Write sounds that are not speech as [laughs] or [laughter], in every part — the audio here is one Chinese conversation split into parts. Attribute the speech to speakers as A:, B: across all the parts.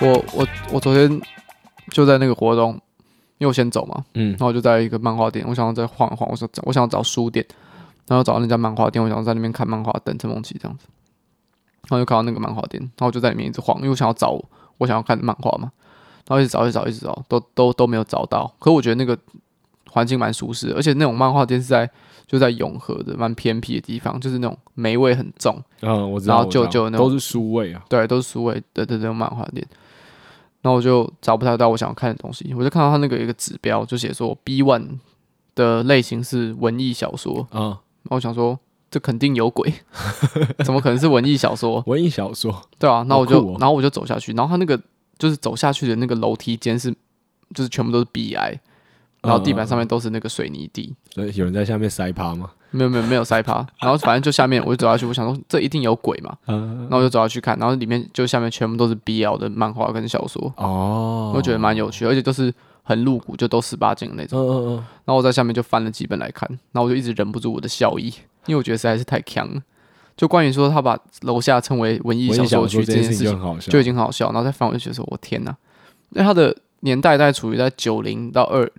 A: 我我我昨天就在那个活动，因为我先走嘛，
B: 嗯
A: 然，后我就在一个漫画店，我想要再晃一晃，我说我想要找书店，然后找到那家漫画店，我想要在那边看漫画，等陈梦琪这样子，然后就看到那个漫画店，然后我就在里面一直晃，因为我想要找我想要看的漫画嘛，然后一直找一直找一直找，都都都没有找到，可我觉得那个环境蛮舒适的，而且那种漫画店是在就在永和的蛮偏僻的地方，就是那种霉味很重，
B: 嗯，我知道，
A: 然后
B: 我知
A: 就
B: 道
A: 就那种
B: 都是书味啊，
A: 对，都是苏伟的的的漫画店。然后我就找不太到我想要看的东西，我就看到他那个有一个指标，就写说 B one 的类型是文艺小说。
B: 嗯，
A: 然后我想说，这肯定有鬼， [laughs] 怎么可能是文艺小说？
B: 文艺小说，
A: 对啊，那我就
B: 好酷哦
A: 然后我就走下去，然后他那个就是走下去的那个楼梯间是就是全部都是 B I，然后地板上面都是那个水泥地，
B: 嗯所以有人在下面塞趴吗？
A: 没有没有没有塞趴。然后反正就下面我就走下去，我想说这一定有鬼嘛，
B: 嗯，
A: 然后我就走下去看，然后里面就下面全部都是 B L 的漫画跟小说。
B: 哦，
A: 我觉得蛮有趣的，而且就是很露骨，就都十八禁的那种。
B: 嗯，嗯嗯
A: 然后我在下面就翻了几本来看，然后我就一直忍不住我的笑意，因为我觉得实在是太强了。就关于说他把楼下称为文艺
B: 嗯，文
A: 小
B: 艺小
A: 说
B: 说
A: 区这
B: 这件
A: 件事
B: 事情就
A: 情
B: 很好笑
A: 就，已经很好笑，然后再翻回去的时候，我天哪！因为他的年代大概处于在九零到二，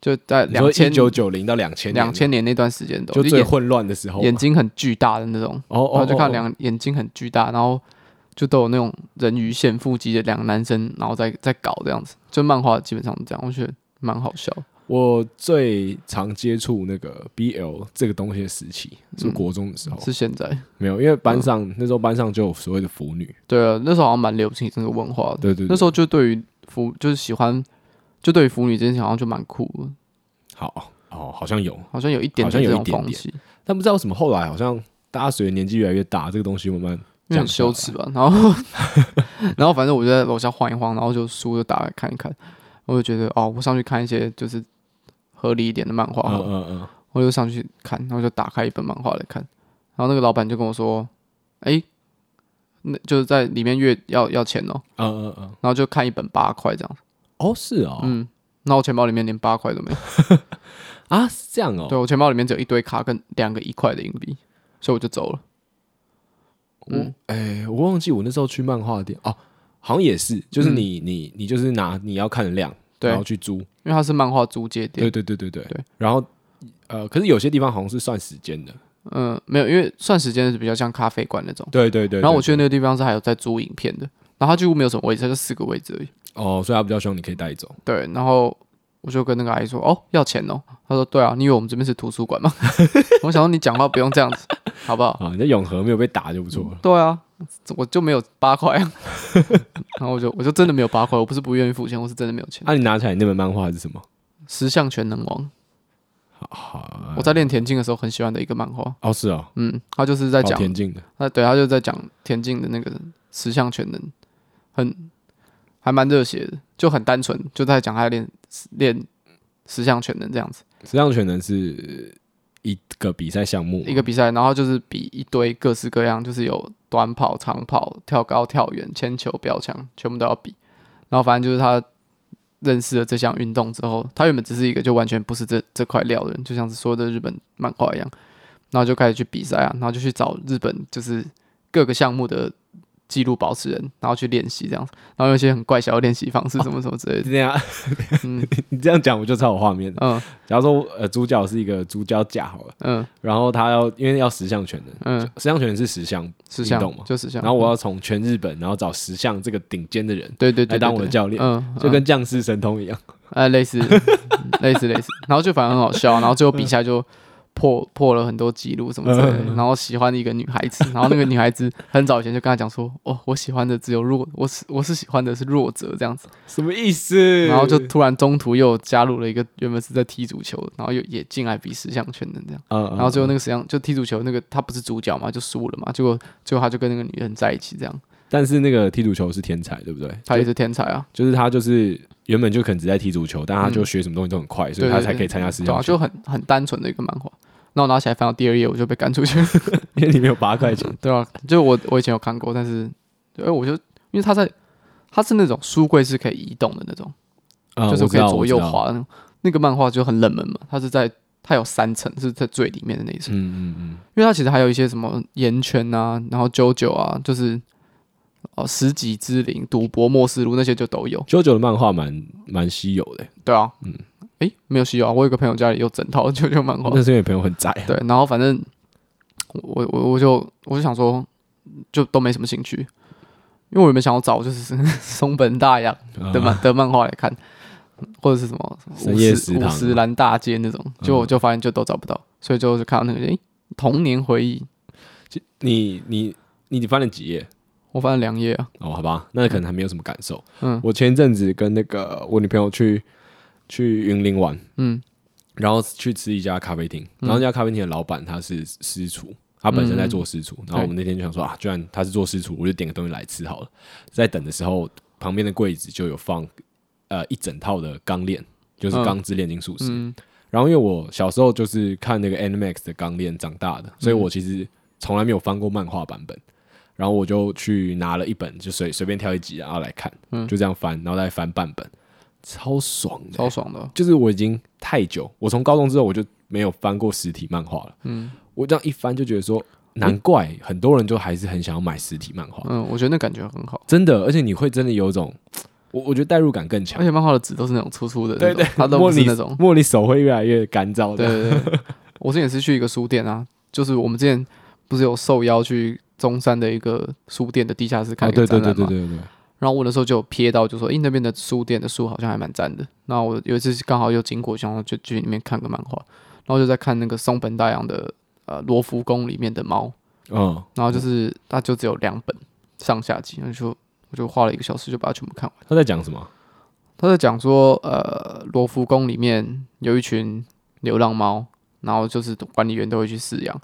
A: 就在两千
B: 一九九零到两千
A: 两千年那段时间的，
B: 就最
A: 眼
B: 混乱的时候嘛，
A: 眼睛很巨大的那种，
B: 哦哦，
A: 然后就看
B: 哦，
A: 两眼睛很巨大，然后就都有那种人鱼线腹肌的两个男生，然后在在搞这样子，就漫画基本上是这样，我觉得蛮好笑。
B: 我最常接触那个 BL 这个东西的时期是
A: 嗯
B: 国中的时候，
A: 是嗯现在，
B: 没有，因为班上那时候班上就有所谓的腐女，
A: 对啊，那时候好像蛮流行这个文化的，
B: 对对
A: 那
B: 对，
A: 时候就对于腐就是喜欢，就对于腐女这件事好像就蛮酷的，
B: 好哦，好像有，
A: 好像有一点
B: 好像
A: 点这
B: 有一
A: 种
B: 点
A: 风
B: 点
A: 气，
B: 但不知道为什么后来好像大家随着年纪越来越大，这个东西慢慢
A: 因为很
B: 讲
A: 羞耻吧。然后， [laughs] 然后反正我就在楼下晃一晃，然后就书就打开看一看，我就觉得哦，我上去看一些就是合理一点的漫画好
B: 嗯
A: 了，
B: 嗯嗯，
A: 我就上去看，然后就打开一本漫画来看，然后那个老板就跟我说：“哎、那就是在里面越要要钱哦、
B: 嗯嗯嗯，
A: 然后就看一本八块这样，
B: 哦是哦，
A: 嗯，那我钱包里面连八块都没有，
B: 啊是这样哦，
A: 对我钱包里面只有一堆卡跟两个一块的硬币，所以我就走了。
B: 我哎、我忘记我那时候去漫画店哦，好像也是，就是你、你你就是拿你要看的量，
A: 对
B: 然后去租，
A: 因为它是漫画租借店
B: 对，对对对对，
A: 对
B: 然后呃，可是有些地方好像是算时间的，
A: 嗯、没有，因为算时间是比较像咖啡馆那种。
B: 对对对
A: 然后我去
B: 觉
A: 的
B: 得
A: 那个地方是还有在租影片的，然后它几乎没有什么位置，它就四个位置而已。
B: 哦，所以他比较凶，你可以带走，
A: 对，然后我就跟那个阿姨说：“哦，要钱哦。”她说：“对啊，你以为我们这边是图书馆吗？” [laughs] 我想说你讲话不用这样子， [laughs] 好不好？
B: 啊，你在永和没有被打就不错了，
A: 对啊，我就没有八块啊， [laughs] 然后我就我就真的没有八块，我不是不愿意付钱，我是真的没有钱。
B: 那、啊你拿起来你那本漫画是什么？
A: 十项全能王，
B: 好好
A: 我在练田径的时候很喜欢的一个漫画，
B: 哦是哦，
A: 嗯，他就是在
B: 跑
A: 讲，
B: 哦田径的，
A: 他对他就在讲田径的那个十项全能，很还蛮热血的，就很单纯，就在讲他练练十项全能这样子。
B: 实际上全能是一个比赛项目嘛，
A: 一个比赛，然后就是比一堆各式各样，就是有短跑、长跑、跳高、跳远、铅球、标枪，全部都要比。然后反正就是他认识了这项运动之后，他原本只是一个就完全不是这这块料的人，就像是所有的日本漫画一样，然后就开始去比赛啊，然后就去找日本就是各个项目的记录保持人，然后去练习这样子，然后有一些很怪小的练习方式，什么什么之类的，
B: 这样，
A: 嗯
B: 啊 [laughs] 你这样讲我就超有画面的。
A: 嗯
B: 假如说呃，主角是一个猪脚架好了，
A: 嗯
B: 然后他要因为要十项全能，
A: 嗯，
B: 十项全能是十项，
A: 十
B: 运
A: 项
B: 动嘛
A: 就十项，
B: 然后我要从全日本，然后找十项这个顶尖的人
A: 对对对对
B: 来当我的
A: 对
B: 教练，
A: 嗯，
B: 就
A: 嗯
B: 跟降世神通
A: [laughs]
B: 一样。
A: 哎，类似，类似，类似，然后就反正很好笑，然后最后比赛就破破了很多记录什么之类的，然后喜欢一个女孩子，然后那个女孩子很早以前就跟他讲说，哦，我喜欢的只有弱，我是我是喜欢的是弱者这样子，
B: 什么意思？
A: 然后就突然中途又加入了一个原本是在踢足球的，然后又也进来比十项全能这样，
B: 嗯，
A: 然后最后
B: 呢？
A: 那个十项就踢足球那个他不是主角嘛，就输了嘛，结果最后他就跟那个女人在一起这样，
B: 呃但是那个踢足球是天才，对不对？
A: 他也
B: 就是
A: 天才啊，
B: 就是他就是原本就可能只在踢足球，但他就
A: 嗯
B: 学什么东西都很快，所
A: 对对
B: 以他
A: 对，
B: 才可以参加世界
A: 对啊，就很很单纯的一个漫画，然后拿起来翻到第二页我就被赶出去了。
B: [laughs] 因为你没有八块钱。
A: 对啊，就我我以前有看过，但是，哎，我就因为它在它是那种书柜是可以移动的那种，[laughs]
B: 嗯
A: 就是
B: 我
A: 可
B: 知
A: 以
B: 道
A: 左
B: 我知
A: 右
B: 道
A: 滑的那种。那个漫画就很冷门嘛，它是在它有三层，是在最里面的那一层，
B: 嗯嗯嗯，
A: 因为它其实还有一些什么岩泉啊，然后九九啊，就是哦，十级之灵、赌博、末世录那些就都有。
B: 九九的漫画蛮蛮稀有的、
A: 对啊，嗯，诶，没有稀有啊，我有个朋友家里有整套 [laughs] 九九漫画，
B: 那是因为朋友很宅、啊。
A: 对，然后反正我我我就我就想说，就都没什么兴趣，因为我原本想要找就是 [laughs] 松本大洋
B: 嗯
A: 的漫、的漫画来看，或者是什么
B: 深
A: 五
B: 夜
A: 十
B: 食
A: 五
B: 堂嗯
A: 十岚大街那种，就我就发现就都找不到，所以就就看到那个诶，童年回忆，
B: 你你你你翻了几页？
A: 我翻了两页啊，
B: 哦，好吧，那可能还没有什么感受。
A: 嗯
B: 我前一阵子跟那个我女朋友去去云林玩，
A: 嗯
B: 然后去吃一家咖啡厅，然后那家咖啡厅的老板他是私厨，他本身在做私
A: 嗯
B: 厨，然后我们那天就想说啊，居然他是做私厨，我就点个东西来吃好了。在等的时候，旁边的柜子就有放呃一整套的钢链，就是
A: 嗯
B: 钢之炼金术师。
A: 嗯
B: 然后因为我小时候就是看那个 Animax 的钢链长大的，
A: 嗯
B: 所以我其实从来没有翻过漫画版本。然后我就去拿了一本，就随随便挑一集然后来看，
A: 嗯
B: 就这样翻，然后再翻半本，超爽的，
A: 超爽的，
B: 就是我已经太久，我从高中之后我就没有翻过实体漫画了。
A: 嗯
B: 我这样一翻就觉得说，难怪很多人就还是很想要买实体漫画，
A: 嗯，我觉得那感觉很好。
B: 真的，而且你会真的有一种，我我觉得代入感更
A: 而
B: 强。
A: 且漫画的纸都是那种粗粗的那
B: 对
A: 种，
B: 对，
A: 它都
B: 摸
A: 不是
B: 你
A: 那种
B: 摸你手会越来越干燥
A: 对
B: 的。
A: 对对， [laughs] 我之前也是去一个书店啊，就是我们之前不是有受邀去中山的一个书店的地下室看
B: 啊，
A: 一个
B: 对
A: 展
B: 对
A: 览嘛。
B: 对对对对，
A: 然后我那时候就有瞥到，就说，诶、那边的书店的书好像还蛮赞的。那我有一次刚好又经过，想要就去里面看个漫画，然后就在看那个松本大洋的呃《罗浮宫》里面的猫，
B: 嗯，
A: 然后就是它就只有两本上下集，然后就我就花了一个小时就把它全部看完。
B: 他在讲什么？
A: 他在讲说，呃，罗浮宫里面有一群流浪猫，然后就是管理员都会去饲养，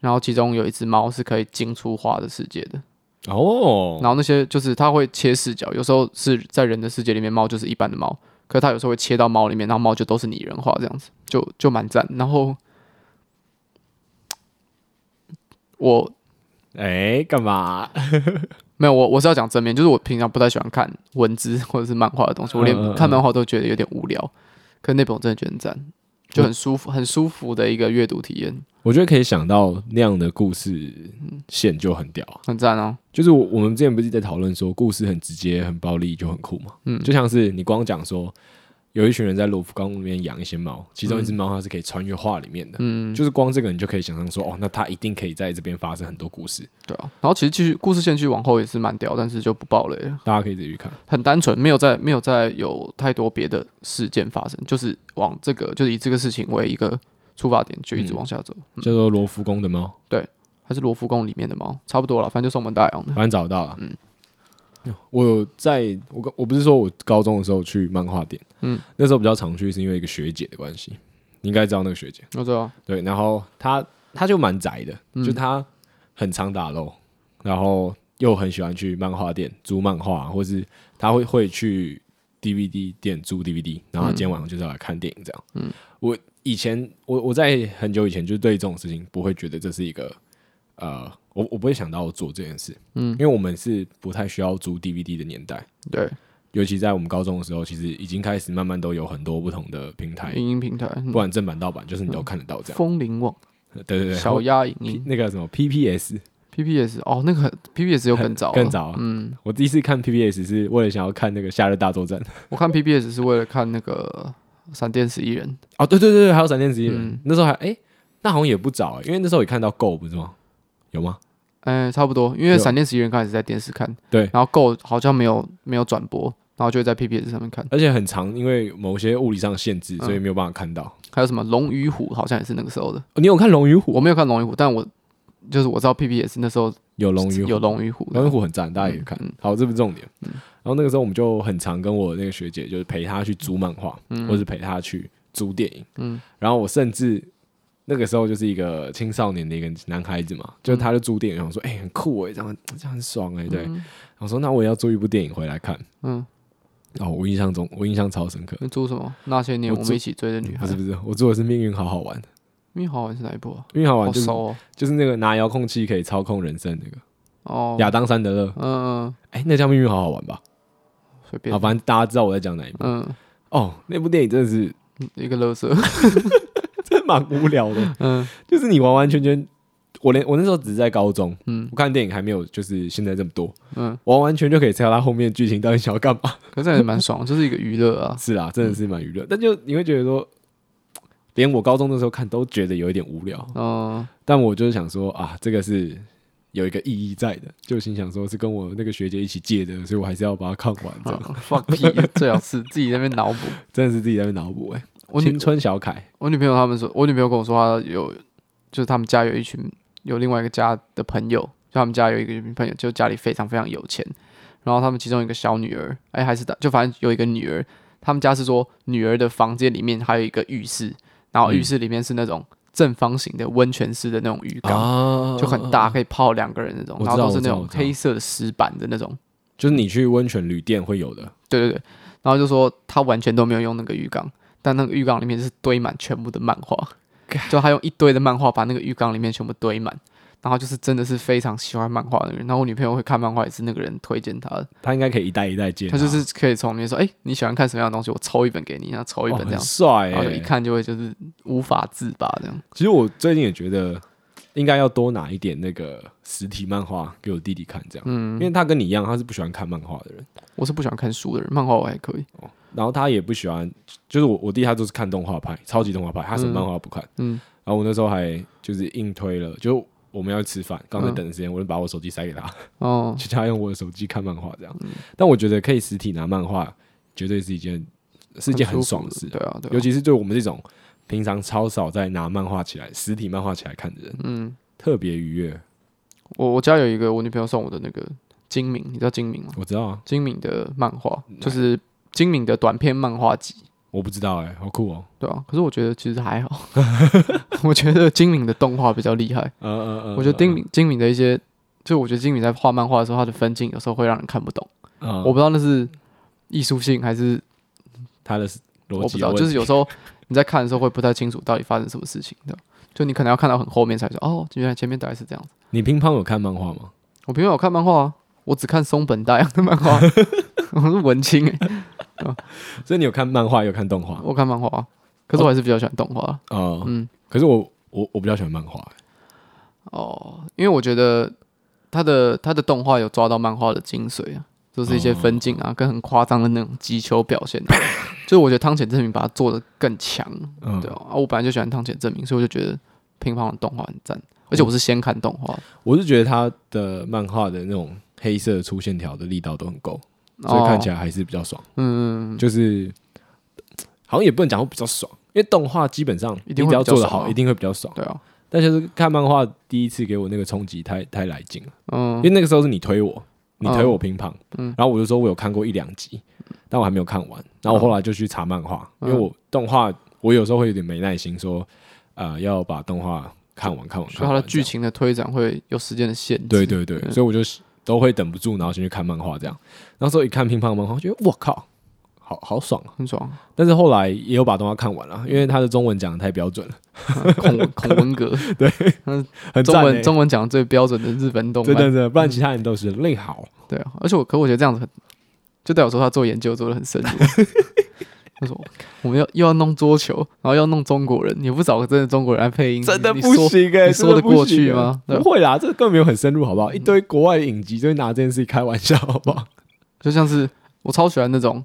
A: 然后其中有一只猫是可以进出花的世界的，
B: 哦，
A: 然后那些就是它会切视角，有时候是在人的世界里面，猫就是一般的猫，可是它有时候会切到猫里面，然后猫就都是拟人化这样子，就就蛮赞。然后我
B: 哎，干嘛？
A: 没有，我我是要讲正面，就是我平常不太喜欢看文字或者是漫画的东西，我
B: 嗯嗯
A: 连
B: 嗯
A: 看漫画都觉得有点无聊。可那本我真的觉得很赞，就很舒服，很舒服的一个阅读体验，
B: 我觉得可以想到那样的故事线就很屌啊。
A: 很赞哦。
B: 就是我我们之前不是在讨论说故事很直接、很暴力就很酷嘛？嗯，就像是你光讲说有一群人在罗浮宫里面养一些猫，其中一只猫它是可以穿越画里面的，嗯，就是光这个你就可以想象说，哦，那它一定可以在这边发生很多故事，
A: 对啊，然后其实继续故事线继续往后也是蛮屌，但是就不爆雷了，
B: 大家可以自己去看。
A: 很单纯，没有在没有在有太多别的事件发生，就是往这个就是以这个事情为一个出发点，就一
B: 嗯
A: 直往下走。
B: 叫做罗浮宫的猫，
A: 还是罗浮宫里面的猫，差不多了，反正就送我们大洋的
B: 反。正找得到了。嗯，我有在我刚我不是说我高中的时候去漫画店，嗯
A: 嗯，
B: 那时候比较常去是因为一个学姐的关系，你应该知道那个学姐，
A: 我知道，
B: 对，然后他他就蛮宅的，就他很常打漏，然后又很喜欢去漫画店租漫画，或是他会会去 DVD 店租 DVD，然后他今天晚上就是要来看电影这样。嗯，我以前我我在很久以前就对这种事情不会觉得这是一个呃，我我不会想到我做这件事，嗯，因为我们是不太需要租 DVD 的年代。
A: 对，
B: 尤其在我们高中的时候，其实已经开始慢慢都有很多不同的平台，
A: 影音平台，嗯
B: 不管正版盗版，就是你都看得到这样。
A: 风铃网、
B: 对对对，
A: 小鸭影音
B: P-。那个什么 PPS
A: PPS 哦，那个 PPS 又更早，
B: 更。早、啊。
A: 嗯，
B: 我第一次看 PPS 是为了想要看那个《夏日大作战》
A: 我看 PPS 是为了看那个《闪电十一人》，
B: 哦，对对对对，还有《闪电十一人》
A: 嗯
B: 那时候还哎、那好像也不早、因为那时候也看到 Go 不是吗？有吗？
A: 哎、差不多，因为
B: 有
A: 《闪电十一人》刚开始在电视看，
B: 对
A: 然后 Go 好像没有没有转播，然后就会在 PPS 上面看，
B: 而且很长，因为某些物理上的限制，所以没有办法看到。哦
A: 还有什么《龙与虎》好像也是那个时候的，
B: 哦你有看《龙与虎》？
A: 我没有看《龙与虎》，但我就是我知道 PPS 那时候
B: 有《龙与虎》，
A: 有《龙与虎》，
B: 龙与虎很赞，大家也可以看。
A: 嗯
B: 好，这不是重点。然后那个时候我们就很常跟我那个学姐，就是陪她去租漫画，或是陪她去租电影。
A: 嗯
B: 然后我甚至那个时候就是一个青少年的一个男孩子嘛，
A: 嗯
B: 就是他就租电影，然后说：“哎、很酷哎、这样这样很爽哎、对。然后说：“那我也要租一部电影回来看。
A: 嗯，”
B: 哦，我印象中我印象超深刻，
A: 你租什么？那些年
B: 我
A: 我
B: 租嗯
A: 们一起追的女
B: 不
A: 孩
B: 是，不是，我租的是《命运好好玩》，《
A: 命好玩是哪一部啊？
B: 命运好玩
A: 好》
B: 就是
A: 熟哦，
B: 就是那个拿遥控器可以操控人生那个
A: 哦，
B: 亚当·山德勒，
A: 嗯嗯，
B: 哎、那叫《命运好好玩》吧？
A: 随
B: 好，
A: 便，
B: 反正大家知道我在讲哪一部。
A: 嗯，
B: 哦，那部电影真的是
A: 一个乐色，
B: 真的蛮无聊的，
A: 嗯
B: 就是你完完全全，我连我那时候只是在高中，
A: 嗯
B: 我看电影还没有就是现在这么多，
A: 嗯，
B: 完完全就可以猜到他后面剧情到底想要干嘛。
A: 可是也蛮爽，就是一个娱乐啊。
B: 是啦，真的是蛮娱乐，但就你会觉得说，连我高中的时候看都觉得有一点无聊，
A: 嗯，
B: 但我就是想说啊，这个是有一个意义在的，就心想说是跟我那个学姐一起借的，所以我还是要把它看完，这样、
A: 哦好放屁， [laughs] 最好是自己在那边脑补。
B: 真的是自己在那边脑补哎。
A: 我女
B: 青春小凯，
A: 我女朋友他们说，我女朋友跟我说，她有就是他们家有一群有另外一个家的朋友，就他们家有一个朋友，就家里非常非常有钱，然后他们其中一个小女儿，哎，还是大就反正有一个女儿，他们家是说女儿的房间里面还有一个浴室，然
B: 嗯
A: 后浴室里面是那种正方形的温泉式的那种浴缸。
B: 啊
A: 就很大，，可以泡两个人那种，
B: 我知
A: 然
B: 道
A: 后都是那
B: 我
A: 种
B: 知道
A: 黑色的石板的那种，
B: 就是你去温泉旅店会有的，
A: 对对对，然后就说他完全都没有用那个浴缸，但那个浴缸里面就是堆满全部的漫画， [laughs] 就他用一堆的漫画把那个浴缸里面全部堆满，然后就是真的是非常喜欢漫画的人，然后我女朋友会看漫画也是那个人推荐她的，
B: 他应该可以一代一代借啊。
A: 她就是可以从里面说，哎、你喜欢看什么样的东西，我抽一本给你，然后抽一
B: 哦
A: 本这
B: 很
A: 样，
B: 帅
A: 然后就
B: 哎
A: 一。看就会就是无法自拔这样，
B: 其实我最近也觉得应该要多拿一点那个实体漫画给我弟弟看，这样，
A: 嗯
B: 因为他跟你一样，他是不喜欢看漫画的人，
A: 我是不喜欢看书的人，漫画我还可以，
B: 然后他也不喜欢，就是我我弟他就是看动画派，超级动画派，他什么漫画都不看。
A: 嗯
B: 然后我那时候还就是硬推了，就我们要去吃饭，刚才
A: 嗯
B: 等的时间，我就把我手机塞给他，
A: 哦，
B: 就他用我的手机看漫画这样。
A: 嗯
B: 但我觉得可以实体拿漫画，绝对是一件是一件很
A: 舒
B: 爽
A: 服
B: 的事啊，
A: 对啊对啊，
B: 尤其是对我们这种平常超少在拿漫画起来、实体漫画起来看的人，
A: 嗯。
B: 特别愉悦。
A: 我我家有一个我女朋友送我的那个精明，你知道精明吗？
B: 我知道啊，
A: 精明的漫画
B: 嗯
A: 就是精明的短篇漫画集，
B: 我不知道哎、好酷哦、
A: 对啊。可是我觉得其实还
B: [laughs]
A: 好， [laughs] 我觉得精明的动画比较厉害。
B: 呃呃呃
A: 我觉得精明精明的一些，就我觉得精明在画漫画的时候，他的分镜有时候会让人看不懂，
B: 呃
A: 嗯我不知道那是艺术性还是
B: 他的
A: 我
B: 逻
A: 不知
B: 辑有
A: 道，
B: 问题
A: 就是有时候你在看的时候会不太清楚到底发生什么事情的，就你可能要看到很后面才说哦，原来前面大概是这样子。
B: 你乒乓有看漫画吗？
A: 我平常有看漫画、啊，我只看松本大洋的漫
B: [laughs]
A: 画，我是文青哎、
B: 所以你有看漫画，有看动画
A: 我看漫画啊，可是我还是比较喜欢动画啊。
B: 哦、
A: 嗯，
B: 可是我我我比较喜欢漫画、
A: 哦，因为我觉得他的他的动画有抓到漫画的精髓啊，就是一
B: 哦
A: 些分镜啊，跟很夸张的那种击球表现、啊， [laughs] 就是我觉得汤浅证明把它做的更强，
B: 嗯
A: 对啊啊，我本来就喜欢汤浅证明，所以我就觉得乒乓的动画很赞，而且我是先看动画，
B: 我是觉得他的漫画的那种黑色粗线条的力道都很够，嗯所以
A: 哦
B: 看起来还是比较爽。
A: 嗯，
B: 就是好像也不能讲会比较爽，因为动画基本上
A: 一定
B: 你
A: 会
B: 只要
A: 比较
B: 做的
A: 爽
B: 好，
A: 啊
B: 一定会比较爽。
A: 对啊，
B: 但就是看漫画第一次给我那个冲击太太来劲了，因
A: 嗯
B: 为那个时候是你推我，你推
A: 嗯
B: 我乒乓，
A: 嗯
B: 然后我就说我有看过一两集，但我还没有看完。然后我后来就去查漫画，因
A: 嗯
B: 为我动画我有时候会有点没耐心说，呃要把动画看完看完，
A: 所以
B: 看
A: 它的
B: 完
A: 剧情的嗯推展会有时间的限制，
B: 啊这样，对对对，所以我就都会忍不住，然后先去看漫画这样。那时候一看乒乓漫画，我觉得我靠，好好爽啊！
A: 很爽，
B: 但是后来也有把动画看完了，因为他的中文讲的太标准了，
A: 嗯孔文孔文
B: [laughs]
A: 革，
B: 很
A: 中
B: 赞
A: 文
B: 欸
A: 中文讲最标准的日本动
B: 真
A: 漫
B: 的，真的，不然其他人都是内好。
A: 对啊，而且我可我觉得这样子很，就代表说他做研究做的很
B: [laughs]
A: 深入。他说我们要又要弄桌球，然后要弄中国人，你不找个真的中国人来配音，
B: 真的
A: 你
B: 不
A: 说
B: 行哎、
A: 你说得
B: 真的不
A: 过去
B: 行欸
A: 吗对
B: 不会啦，这个根本没有很深入，好不好？一堆国外影集就会拿这件事情开玩笑，好
A: [laughs]
B: 不好？
A: 就像是我超喜欢那种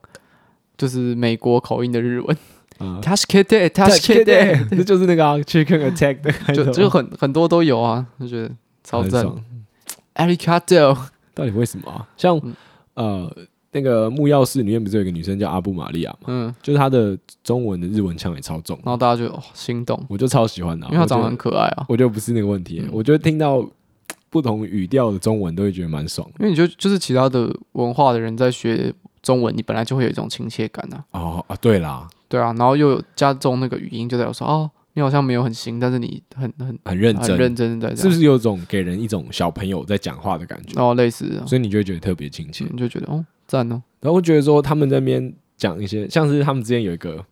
A: 就是美国口音的日文
B: 啊
A: t a s k e t e t a s k e t
B: [laughs] 这就是那个、啊、Chicken Attack 的开
A: e
B: 头
A: 就就很很多都有啊，就觉得超
B: 很
A: 赞。
B: 爽
A: a r i c a d o
B: 到底为什么啊？像、
A: 嗯
B: 呃那个木曜室里面不是有一个女生叫阿布玛利亚嘛？
A: 嗯，
B: 就是她的中文的日文腔也超重，
A: 然后大家就、哦心动，
B: 我就超喜欢的、啊，
A: 因为他长得
B: 我觉
A: 很可爱啊。
B: 我觉得不是那个问题、
A: 嗯
B: 我觉得听到不同语调的中文都会觉得蛮爽
A: 因为你就就是其他的文化的人在学中文，你本来就会有一种亲切感啊。
B: 哦啊，对啦，
A: 对啊，然后又有加重那个语音，就代表说哦，你好像没有很行，但是你很很
B: 很认真，
A: 很认真地在
B: 是
A: 讲，
B: 不是有种给人一种小朋友在讲话的感觉？
A: 然后类似啊，
B: 所以你就会觉得特别亲切。
A: 你就觉得哦赞哦，
B: 然后我觉得说他们在那边讲一些，像是他们之前有一个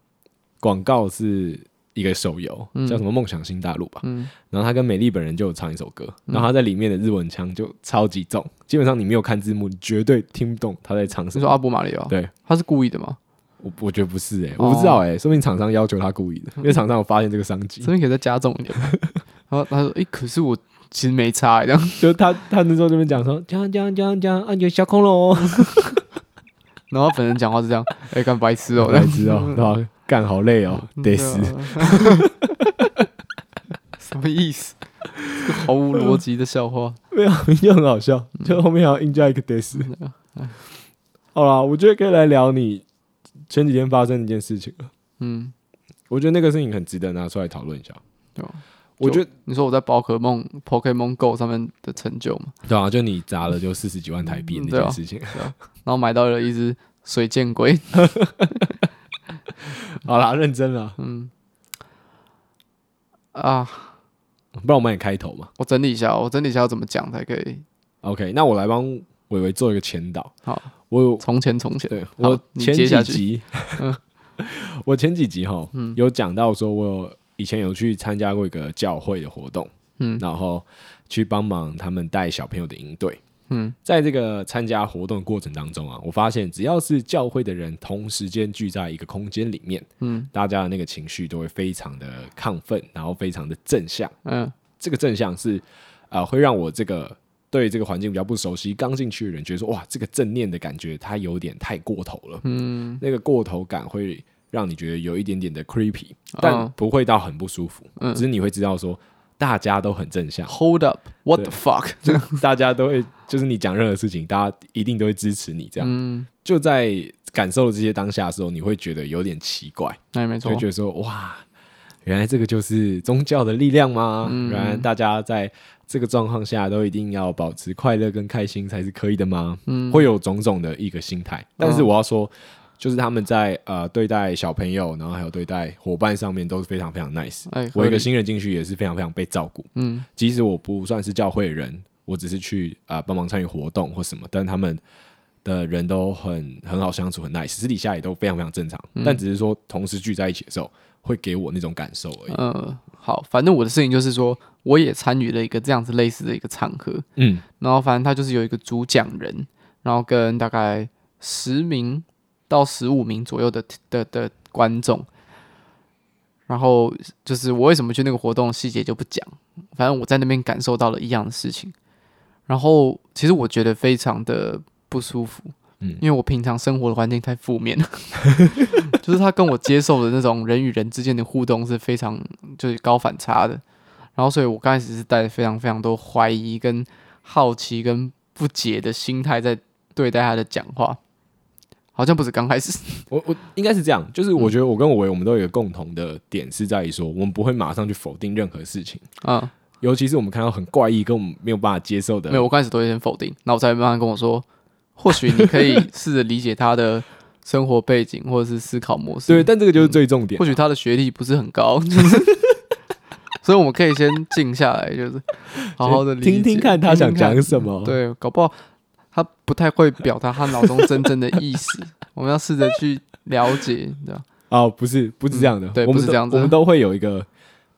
B: 广告是一个手游，
A: 嗯
B: 叫什么《梦想新大陆》吧。
A: 嗯
B: 然后他跟美丽本人就有唱一首歌，然后他在里面的日文腔就超级重，基本上你没有看字幕，你绝对听不懂他在唱什
A: 你
B: 么。
A: 说阿哦布马里奥，啊
B: 对，
A: 他是故意的吗？
B: 我我觉得不是哎、
A: 哦
B: 我不知道哎、说明厂商要求他故意的，因为厂商有发现这个商机 [laughs]
A: 这。边可以再加重一点吗。然后他说，诶，可是我其实没差、欸，这样，
B: 就他他那时候这边讲说，讲讲讲讲啊，有小恐龙，
A: 然后本人讲话是这
B: [laughs]
A: 样，哎、干白痴哦、嗯啊这
B: 我 [laughs] 才
A: 样
B: 知道，
A: [laughs]
B: 然后干好累哦，得死，
A: 对啊 [laughs] 什么意思？这个毫无逻辑的笑话，
B: 没有就很好笑，
A: 嗯
B: 就后面还要
A: [laughs]
B: 硬加一个
A: 啊
B: 得死。
A: 哎
B: 好啦，我觉得可以来聊你前几天发生的一件事情了，
A: 嗯，
B: 我觉得那个事情很值得拿出来讨论一下
A: 有。
B: [laughs] 我觉得
A: 你说我在宝可梦 Pokemon Go 上面的成就嘛，
B: 对啊，就你砸了就四十几万台币
A: 嗯
B: 那
A: 对啊
B: 件事情。
A: 然后买到了一只水箭龟，
B: 好啦，认真了，
A: 嗯，啊，
B: 不然我们也开头嘛。
A: 我整理一下，我整理一下要怎么讲才可以。
B: OK，那我来帮伟伟做一个前导。
A: 好，
B: 我有
A: 从前从前，
B: 对
A: 好
B: 我
A: 你
B: 前
A: 接下
B: 几
A: 去 [laughs] 嗯
B: 集， [laughs] 我前几集哈有讲到说，我有以前有去参加过一个教会的活动，
A: 嗯
B: 然后去帮忙他们带小朋友的营队。
A: 嗯，
B: 在这个参加活动的过程当中啊，我发现只要是教会的人同时间聚在一个空间里面，
A: 嗯
B: 大家的那个情绪都会非常的亢奋，然后非常的正向。
A: 嗯
B: 这个正向是呃，会让我这个对这个环境比较不熟悉、刚进去的人觉得说，哇，这个正念的感觉它有点太过头了，
A: 嗯
B: 那个过头感会让你觉得有一点点的 creepy，
A: 哦
B: 但不会到很不舒服，
A: 嗯
B: 只是你会知道说。大家都很正
A: [laughs]
B: 向，
A: ，Hold up，What the fuck？
B: 就
A: [laughs]
B: 大家都会，就是你讲任何事情，大家一定都会支持你。这样、
A: 嗯，
B: 就在感受这些当下的时候，你会觉得有点奇怪，
A: 那哎也没
B: 就
A: 错
B: 会，觉得说哇，原来这个就是宗教的力量吗？
A: 嗯
B: 原来大家在这个状况下都一定要保持快乐跟开心才是可以的吗？
A: 嗯
B: 会有种种的一个心态。但是我要说，就是他们在呃对待小朋友，然后还有对待伙伴上面都是非常非常 nice。
A: 哎，合
B: 我一个
A: 理，
B: 新人进去也是非常非常被照顾，
A: 嗯
B: 即使我不算是教会人，我只是去啊帮、忙参与活动或什么，但他们的人都很很好相处，很 nice，私底下也都非常非常正常，
A: 嗯
B: 但只是说同时聚在一起的时候，会给我那种感受而已。
A: 呃，好，反正我的事情就是说，我也参与了一个这样子类似的一个场合，
B: 嗯，
A: 然后反正他就是有一个主讲人，然后跟大概十名到十五名左右的的的观众。然后就是我为什么去那个活动细节就不讲，反正我在那边感受到了一样的事情。然后其实我觉得非常的不舒服，
B: 嗯
A: 因为我平常生活的环境太负面了， [laughs] 就是他跟我接受的那种人与人之间的互动是非常就是高反差的。然后所以我刚开始是带着非常非常多怀疑跟好奇跟不解的心态在对待他的讲话，好像不止刚开
B: [laughs]
A: 始，
B: 我我应该是这样，就是
A: 嗯
B: 我觉得我跟我维我们都有一个共同的点是在于说，我们不会马上去否定任何事情，
A: 嗯，
B: 尤其是我们看到很怪异跟我们没有办法接受的，
A: 没有，我刚开始都有点否定，那我才慢慢跟我说，或许你可以试着理解他的生活背景或者是思考模
B: 对，
A: 式，
B: 但这个就是最重点。
A: 或许他的学历不是很
B: [laughs]
A: 高，就是，所以我们可以先静下来，就是好好的
B: 听听看他想讲什么，
A: 对，搞不好他不太会表达他脑中真正的意
B: [laughs]
A: 思，我们要试着去了解，你知道，
B: 哦，不是，不是这样的，
A: 嗯对
B: 我们
A: 不是
B: 都
A: 这样子
B: 我们都会有一个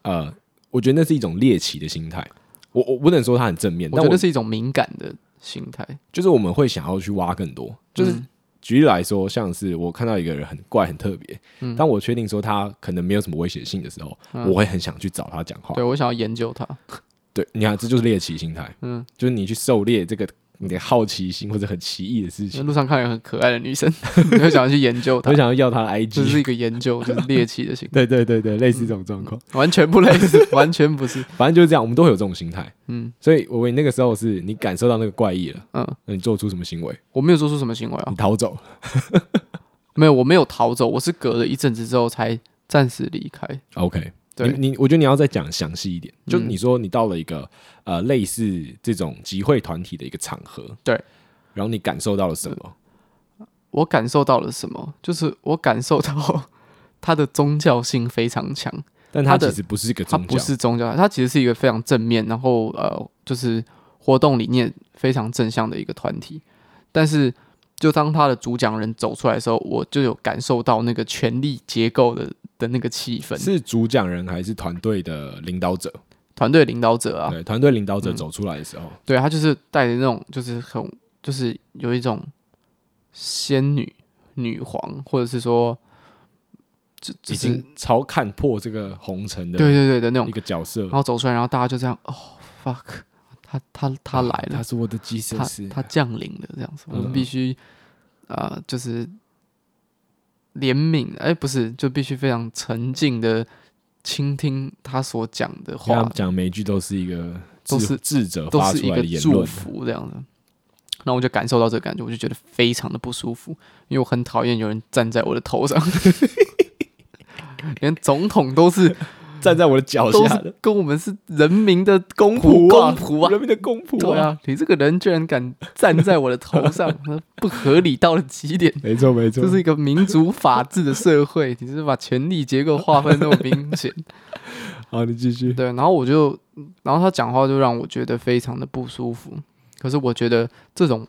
B: 呃，我觉得那是一种猎奇的心态。我我不能说它很正面，
A: 我
B: 但
A: 觉
B: 我
A: 得是一种敏感的心态。
B: 就是我们会想要去挖更多。就是
A: 嗯
B: 举例来说，像是我看到一个人很怪、很特别，
A: 嗯
B: 当我确定说他可能没有什么威胁性的时候，
A: 嗯
B: 我会很想去找他讲话
A: 对。我想要研究它。
B: 对，你看，这就是猎奇心态，
A: 嗯，
B: 就是你去狩猎这个你的好奇心或者很奇异的事
A: 因为
B: 情，
A: 路上看有很可爱的女生， [laughs] 你会想要去研究她
B: 我，想要要他的
A: 这是
B: IG。
A: 一个研究，就是猎奇的行为，
B: 对对对对，类似这种状况，
A: 完全不类似，完全不是。
B: 反正就是这样，我们都会有这种心态。
A: 嗯
B: 所以，我问你那个时候是你感受到那个怪异了。
A: 嗯，
B: 那你做出什么行为？
A: 我没有做出什么行为啊
B: 你，逃走，
A: 没有，我没有逃走，我是隔了一阵子之后才暂时离开。
B: OK，
A: 对
B: 你你，我觉得你要再讲详细一点。
A: 嗯
B: 就你说你到了一个呃类似这种集会团体的一个场合，
A: 对，嗯
B: 然后你感受到了什么？
A: 我感受到了什么？就是我感受到 [laughs] 它的宗教性非常强。
B: 但它
A: 它的
B: 其实不是一个
A: 它
B: 宗教，
A: 不是宗教，它其实是一个非常正面，然后呃，就是活动理念非常正向的一个团体。但是，就当他的主讲人走出来的时候，我就有感受到那个权力结构的的那个气氛，
B: 是主讲人还是团队的领导者？
A: 团队领导者啊，
B: 对，团队领导者走出来的时候，
A: 对他就是带着那种就是很就是有一种仙女女皇，或者是说，就就
B: 已
A: 是
B: 经超看破这个红尘的
A: 对对对的那种
B: 一个角色
A: 哦然。后走出来，然后大家就这样哦 fuck，他他他来了
B: 啊他，是我的
A: 他
B: Jesus，
A: 他降临了，这样子，我们
B: 嗯
A: 必须啊、呃就是怜悯，哎、不是，就必须非常沉静的倾听他所讲的
B: 因为他
A: 话
B: 们，讲每一句都是一个
A: 都
B: 智
A: 是
B: 智者
A: 都
B: 发
A: 是
B: 出
A: 一
B: 来
A: 个
B: 的言
A: 祝
B: 论，
A: 福这样子。那我就感受到这个感觉，我就觉得非常的不舒服，因为我很讨厌有人站在我的头上， [laughs] 连总统都是
B: [laughs] 站在我的脚
A: 都
B: 下
A: 是
B: [laughs] 的
A: 跟我们是人民的
B: 公
A: 仆
B: 仆啊，
A: 公仆啊
B: 人民的公仆
A: 对，啊，你这个人居然敢站在我的头上， [laughs] 不合理到了极点。
B: 没错没错，
A: 这是一个民主法治的社会，你是把权力结构划分那么明显。
B: 好，你继续，
A: 对，然后我就，然后他讲话就让我觉得非常的不舒服。可是我觉得这种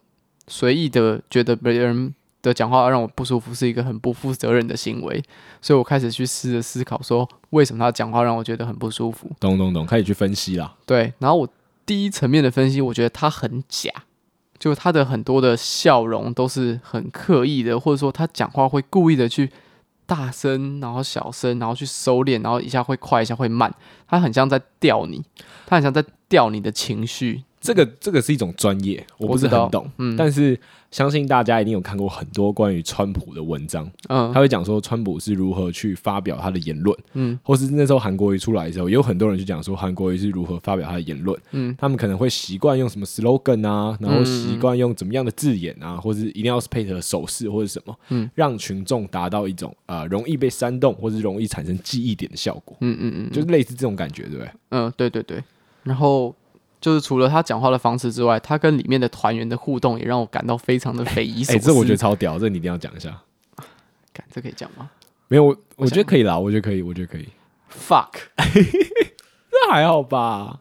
A: 随意的觉得别人的讲话让我不舒服，是一个很不负责任的行为。所以我开始去试着思考，说为什么他讲话让我觉得很不舒服。
B: 懂懂懂，开始去分析啦，
A: 对，然后我第一层面的分析，我觉得他很假，就他的很多的笑容都是很刻意的，或者说他讲话会故意的去大声，然后小声，然后去收敛，然后一下会快，一下会慢，他很像在吊你，他很像在吊你的情绪。
B: 这个这个是一种专业，我不是
A: 知道
B: 很懂，
A: 嗯
B: 但是相信大家一定有看过很多关于川普的文章，
A: 嗯
B: 他会讲说川普是如何去发表他的言论，
A: 嗯
B: 或是那时候韩国瑜出来的时候，也有很多人去讲说韩国瑜是如何发表他的言论，
A: 嗯
B: 他们可能会习惯用什么 slogan 啊，然后习惯用怎么样的字眼啊，或是一定要配合手势或者什么，
A: 嗯
B: 让群众达到一种呃容易被煽动或是容易产生记忆点的效果，
A: 嗯嗯嗯，
B: 就是类似这种感觉，对不对？
A: 嗯，对对对。然后就是除了他讲话的方式之外，他跟里面的团员的互动也让我感到非常的匪夷所
B: 哎、
A: 思。
B: 这我觉得超屌，这你一定要讲一下。
A: 干，这可以讲吗
B: 没有，我
A: 我
B: 我觉得可以啦，我觉得可以，我觉得可以，
A: ？Fuck。
B: 这还好吧。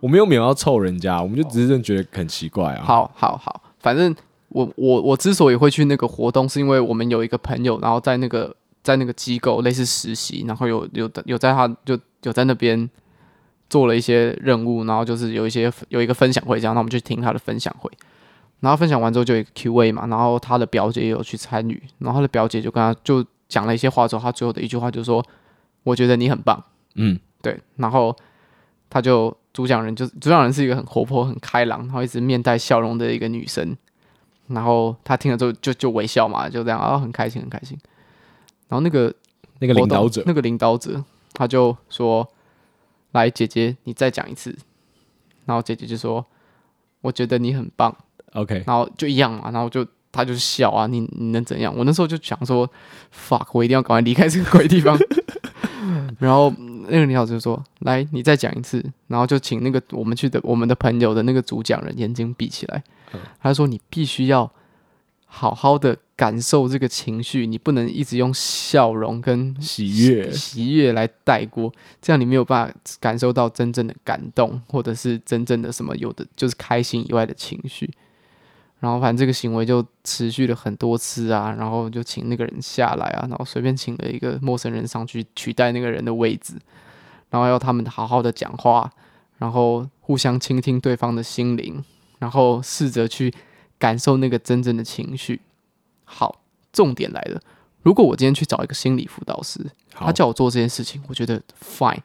B: 我们又没有要臭人家，我们就只是真的觉得很奇怪啊。，
A: 好好好，反正我我我之所以会去那个活动，是因为我们有一个朋友，然后在那个在那个机构类似实习，然后有有有在他就有在那边做了一些任务，然后就是有一些有一个分享会这样，那我们就听他的分享会。然后分享完之后就有一个 Q&A 嘛，然后他的表姐也有去参与，然后他的表姐就跟他就讲了一些话之后，他最后的一句话就说：“我觉得你很棒。”
B: 嗯，
A: 对，然后他就主讲人就是主讲人是一个很活泼、很开朗，然后一直面带笑容的一个女生，然后她听了之后就就微笑嘛，就这样啊，很开心，很开心。然后那个
B: 那个
A: 活
B: 领导
A: 动
B: 者，
A: 那个领导者，他就说：“来，姐姐，你再讲一次。”然后姐姐就说：“我觉得你很棒。” [laughs]
B: OK，
A: 然后就一样嘛，然后就他就笑啊，你你能怎样？我那时候就想说，fuck，我一定要赶快离开这个鬼地方。 [laughs] 然后那个领导就说：“来，你再讲一次。”然后就请那个我们去的我们的朋友的那个主讲人眼睛闭起来，他说：“你必须要好好的感受这个情绪，你不能一直用笑容跟
B: 喜悦
A: 喜悦来带过，这样你没有办法感受到真正的感动，或者是真正的什么有的就是开心以外的情绪。然后反正这个行为就持续了很多次啊，然后就请那个人下来啊，然后随便请了一个陌生人上去取代那个人的位置，然后要他们好好的讲话，然后互相倾听对方的心灵，然后试着去感受那个真正的情绪。好，重点来了，如果我今天去找一个心理辅导师，
B: 好
A: 他，叫我做这件事情，我觉得 fine，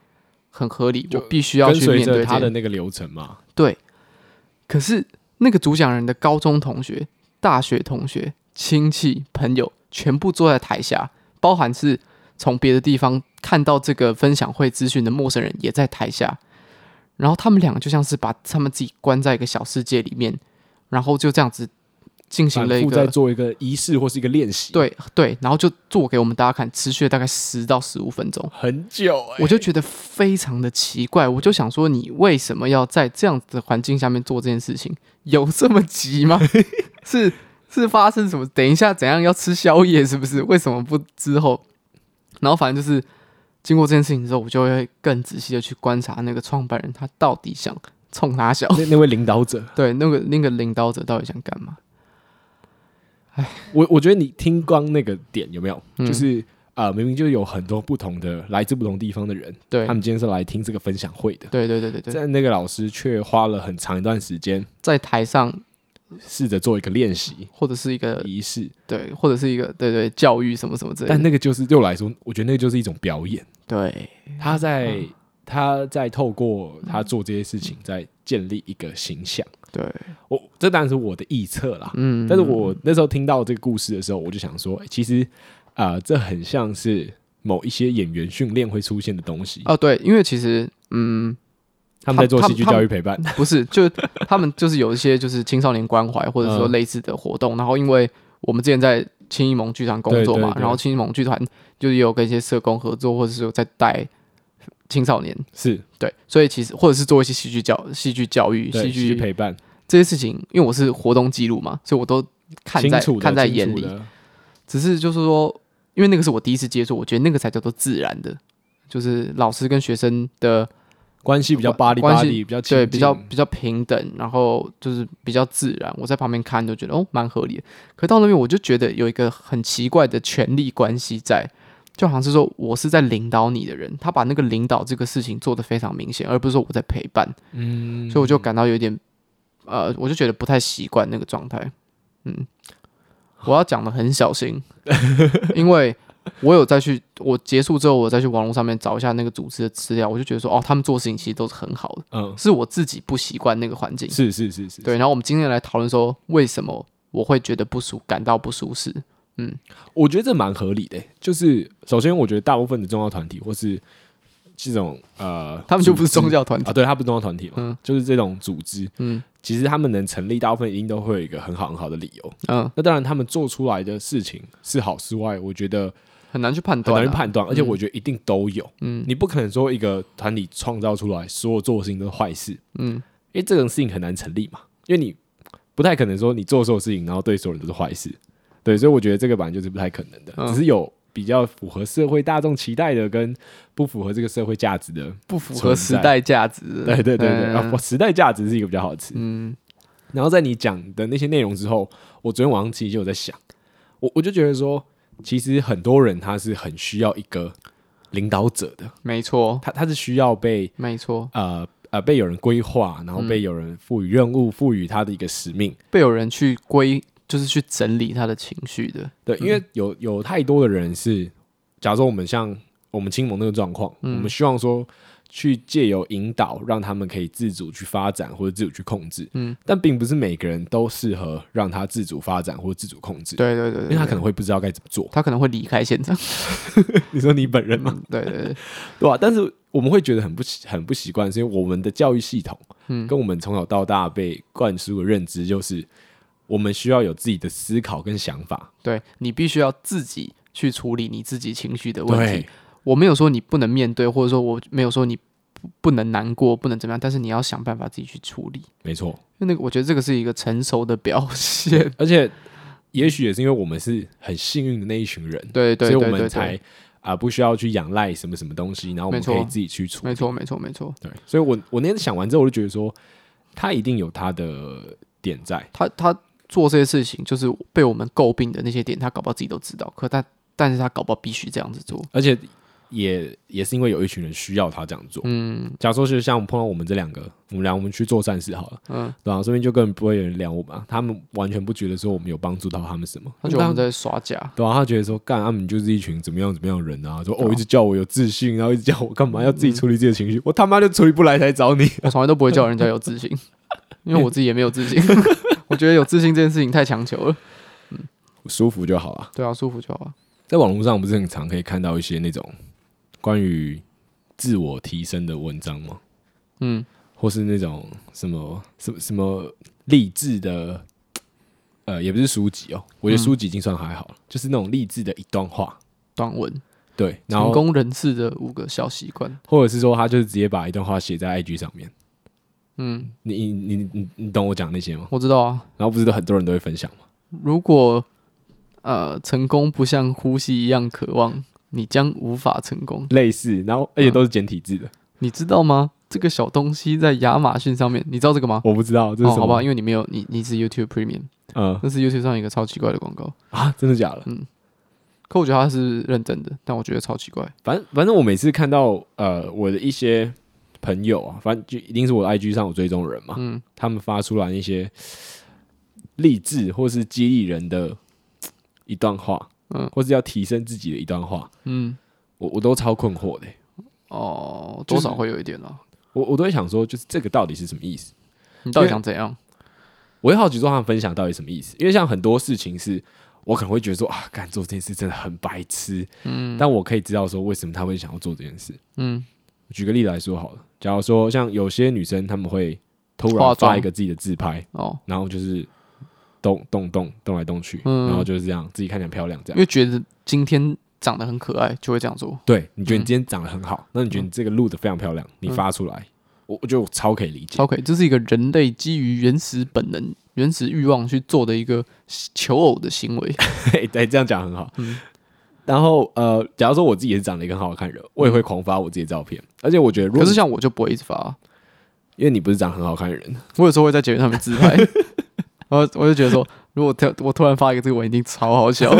A: 很合理，我
B: 就
A: 必须要
B: 跟
A: 去
B: 随
A: 面
B: 着
A: 对
B: 他
A: 这
B: 的
A: 件。
B: 那个流程嘛。
A: 对，可是那个主讲人的高中同学、大学同学、亲戚、朋友全部坐在台下，包含是从别的地方看到这个分享会资讯的陌生人也在台下。然后他们两个就像是把他们自己关在一个小世界里面，然后就这样子进行
B: 反
A: 了一
B: 复
A: 个
B: 在做一个仪式或是一个练习，，
A: 对对，然后就做给我们大家看，持续了大概十到十五分钟。
B: 很久、欸，
A: 我就觉得非常的奇怪，我就想说，你为什么要在这样子的环境下面做这件事情？有这么急吗？ [laughs] 是是发生什么？等一下怎样要吃宵夜是不是？为什么不之后？然后反正就是经过这件事情之后，我就会更仔细的去观察那个创办人他到底想冲哪
B: [laughs]
A: 小，
B: 那那位领导者，
A: 对那个那个领导者到底想干嘛？
B: 我我觉得你听光那个点有没有？
A: 嗯
B: 就是啊、呃明明就有很多不同的来自不同地方的人，
A: 对
B: 他们今天是来听这个分享会的，
A: 对对对对对，
B: 但那个老师却花了很长一段时间
A: 在台上
B: 试着做一个练习
A: 或者是一个
B: 仪式，
A: 对，或者是一个对对教育什么什么之类
B: 但
A: 的，嗯
B: 那个就是对我来说，我觉得那个就是一种表演，
A: 对
B: 他在。他在透过他做这些事
A: 嗯
B: 情，在建立一个形象。
A: 对，
B: 我这当然是我的臆测啦，
A: 嗯，
B: 但是我那时候听到这个故事的时候，我就想说，欸其实啊、呃这很像是某一些演员训练会出现的东西。
A: 哦对，因为其实嗯，
B: 他们在做
A: 他
B: 戏剧
A: 他
B: 教育陪伴，
A: 不是，就他们就是有一些就是青少年关怀或者说
B: 嗯
A: 类似的活动，然后因为我们之前在青艺盟剧团工作嘛，
B: 对对对
A: 然后青艺盟剧团就是也有跟一些社工合作，或者是有在带青少年，
B: 是
A: 对，所以其实或者是做一些戏剧教、戏剧教育、
B: 对
A: 戏
B: 戏剧
A: 剧
B: 陪伴，
A: 这些事情，因为我是活动记录嘛，所以我都看
B: 清
A: 在
B: 楚的
A: 看在
B: 清
A: 眼
B: 楚
A: 里，
B: 的
A: 只是就是说，因为那个是我第一次接触，我觉得那个才叫做自然的，就是老师跟学生的。
B: 关系比较巴黎
A: 关
B: 巴
A: 系
B: 黎，比较亲
A: 对，比较
B: 近
A: 比较平等，然后就是比较自然。我在旁边看都觉得哦，蛮合理的。可到那边我就觉得有一个很奇怪的权力关系在，就好像是说我是在领导你的人，他把那个领导这个事情做得非常明显，而不是说我在陪伴，
B: 嗯，
A: 所以我就感到有点呃，我就觉得不太习惯那个状态。嗯，我要讲的很小
B: [laughs]
A: 心，因为。我有再去，我结束之后，我再去网络上面找一下那个组织的资料，我就觉得说，哦，他们做事情其实都是很好的，
B: 嗯，
A: 是我自己不习惯那个环境。
B: 是是是是，
A: 对，然后我们今天来讨论说，为什么我会觉得不舒，感到不舒适。
B: 我觉得这蛮合理的欸、就是首先，我觉得大部分的宗教团体或是这种呃，
A: 他们就不是
B: 组
A: 宗
B: 织
A: 教团体
B: 啊，，对，他不是宗教团体嘛，
A: 嗯
B: 就是这种组织，
A: 嗯
B: 其实他们能成立，大部分一定都会有一个很好很好的理由。
A: 嗯，
B: 那当然，他们做出来的事情是好是坏，我觉得
A: 很难去判
B: 很
A: 断、啊，
B: 难去判断，而且我觉得一定都有。
A: 嗯
B: 你不可能说一个团体创造出来所有做的事情都是坏事，
A: 嗯，
B: 因为这种事情很难成立嘛，因为你不太可能说你做所有事情，然后对所有人都是坏事，对，所以我觉得这个本来就是不太可能的，
A: 嗯
B: 只是有比较符合社会大众期待的，跟不符合这个社会价值的，
A: 不符合
B: 存
A: 时
B: 在
A: 代价值。
B: [laughs] 对对对对，啊，
A: 嗯
B: 不时代价值是一个比较好的词。
A: 嗯
B: 然后在你讲的那些内容之后，我昨天晚上其实就有在想，我我就觉得说，其实很多人他是很需要一个领导者的，
A: 没错，
B: 他他是需要被
A: 没错，
B: 呃呃被有人规划，然后
A: 嗯
B: 被有人赋予任务，赋予他的一个使命。
A: 被有人去归，就是去整理他的情绪的。
B: 对，因为有有太多的人是，假如说我们像我们青盟那个状况，我
A: 嗯
B: 们希望说去借由引导，让他们可以自主去发展或者自主去控制。
A: 嗯，
B: 但并不是每个人都适合让他自主发展或自主控制，
A: 对对对
B: 因
A: 对，
B: 为他
A: 对
B: 可能会不知道该怎么做。
A: 他可能会离开现场。
B: [laughs] 你说你本人吗？
A: 嗯对对对，
B: 对吧、但是我们会觉得很不习很不习惯，是因为我们的教育系统，
A: 嗯
B: 跟我们从小到大被灌输的认知就是，我们需要有自己的思考跟想法。
A: 对你必须要自己去处理你自己情绪的问题
B: 对。，
A: 我没有说你不能面对，或者说我没有说你不不能难过，不能怎么样，但是你要想办法自己去处理。
B: 没错。
A: 因为那个，我觉得这个是一个成熟的表
B: [laughs]
A: 现。
B: 而且，也许也是因为我们是很幸运的那一群人，
A: 对对对
B: 所以我
A: 对
B: 们
A: 对
B: 才啊、不需要去仰赖什么什么东西，然后我们
A: 没错
B: 可以自己去处理
A: 没。错没错没错，
B: 对，所以我我那天想完之后，我就觉得说，他一定有他的点在。
A: 他他做这些事情就是被我们诟病的那些点，他搞不好自己都知道，可他但是他搞不好必须这样子做。
B: 而且也也是因为有一群人需要他这样做。
A: 嗯，
B: 假如说是像我们碰到我们这两个，我们俩我们去做善事好了，
A: 嗯
B: 嗯，对吧、啊？这边就根本不会有人聊我们啊，他们完全不觉得说我们有帮助到他们什么，
A: 他觉得我们
B: 当
A: 在耍假，
B: 对啊，他觉得说干他们就是一群怎么样怎么样的人啊，说
A: 对
B: 哦
A: 啊
B: 一直叫我有自信，然后一直叫我干嘛要自己处理自己的情绪，我他妈就处理不来才找你。
A: 我从来都不会叫人家有自
B: [laughs]
A: 信，因为我自己也没有自信。 [laughs] 我觉得有自信这件事情太强求了。
B: 舒服就好了。
A: 对啊，舒服就好啊。
B: 在网络上不是很常可以看到一些那种关于自我提升的文章吗？
A: 嗯，
B: 或是那种什么什么什么励志的，呃，也不是书籍哦，我觉得书籍已经算还好了，就是那种励志的一段话，
A: 短文，
B: 对，然
A: 成
B: 后
A: 功人士的五个小习惯。
B: 或者是说他就是直接把一段话写在 IG 上面，
A: 嗯，
B: 你你你你你懂我讲那些吗？
A: 我知道啊。
B: 然后不是都很多人都会分享吗？
A: 如果呃成功不像呼吸一样渴望，你将无法成功。
B: 类似，然后而且都是简体字的，
A: 你知道吗？这个小东西在亚马逊上面，你知道这个吗？
B: 我不知道这
A: 哦，
B: 是什么，
A: 好吧，因为你没有你你是 YouTube Premium，
B: 嗯
A: 那是 YouTube 上一个超奇怪的广告，
B: 啊，真的假的？
A: 可我觉得它是认真的，但我觉得超奇怪。
B: 反正反正我每次看到呃我的一些朋友啊，反正就一定是我的 IG 上有追踪的人嘛，
A: 嗯
B: 他们发出来一些励志或是激励人的一段话，
A: 嗯
B: 嗯，或是要提升自己的一段话，
A: 嗯，
B: 我我都超困惑的欸、
A: 哦，
B: 就
A: 多
B: 是
A: 少会有一点啦。
B: 我我都会想说，就是这个到底是什么意思？
A: 你到底想怎样？
B: 我会好奇说他们分享到底什么意思，因为像很多事情是我可能会觉得说啊，干做这件事真的很白痴，嗯，但我可以知道说为什么他会想要做这件事。
A: 嗯，
B: 举个例子来说好了，假如说像有些女生她们会突
A: 化
B: 然
A: 妆
B: 发一个自己的自拍，
A: 哦，
B: 然后就是动动动动来动去，
A: 嗯
B: 然后就是这样自己看起来很漂亮这
A: 因
B: 样。
A: 为觉得今天长得很可爱，就会这样做。
B: 对，你觉得你今天长得很好，那你
A: 嗯
B: 觉得你这个录的非常漂亮，你发出来，我我觉得我超可以理解。
A: 超可以，这是一个人类基于原始本能、原始欲望去做的一个求偶的行为。
B: 对，对，这样讲很好。
A: 嗯
B: 然后呃，假如说我自己也是长得一个很好看的人，我也会狂发我自己的照片。而且我觉得，如
A: 嗯可
B: 果
A: 是像我就不会一直发啊、
B: 因为你不是长得很好看的人，
A: 我有时候会在节目上面自
B: [laughs]
A: 拍，然后我就觉得说，如果突我突然发一个这个，我一定超好
B: [laughs]
A: 笑，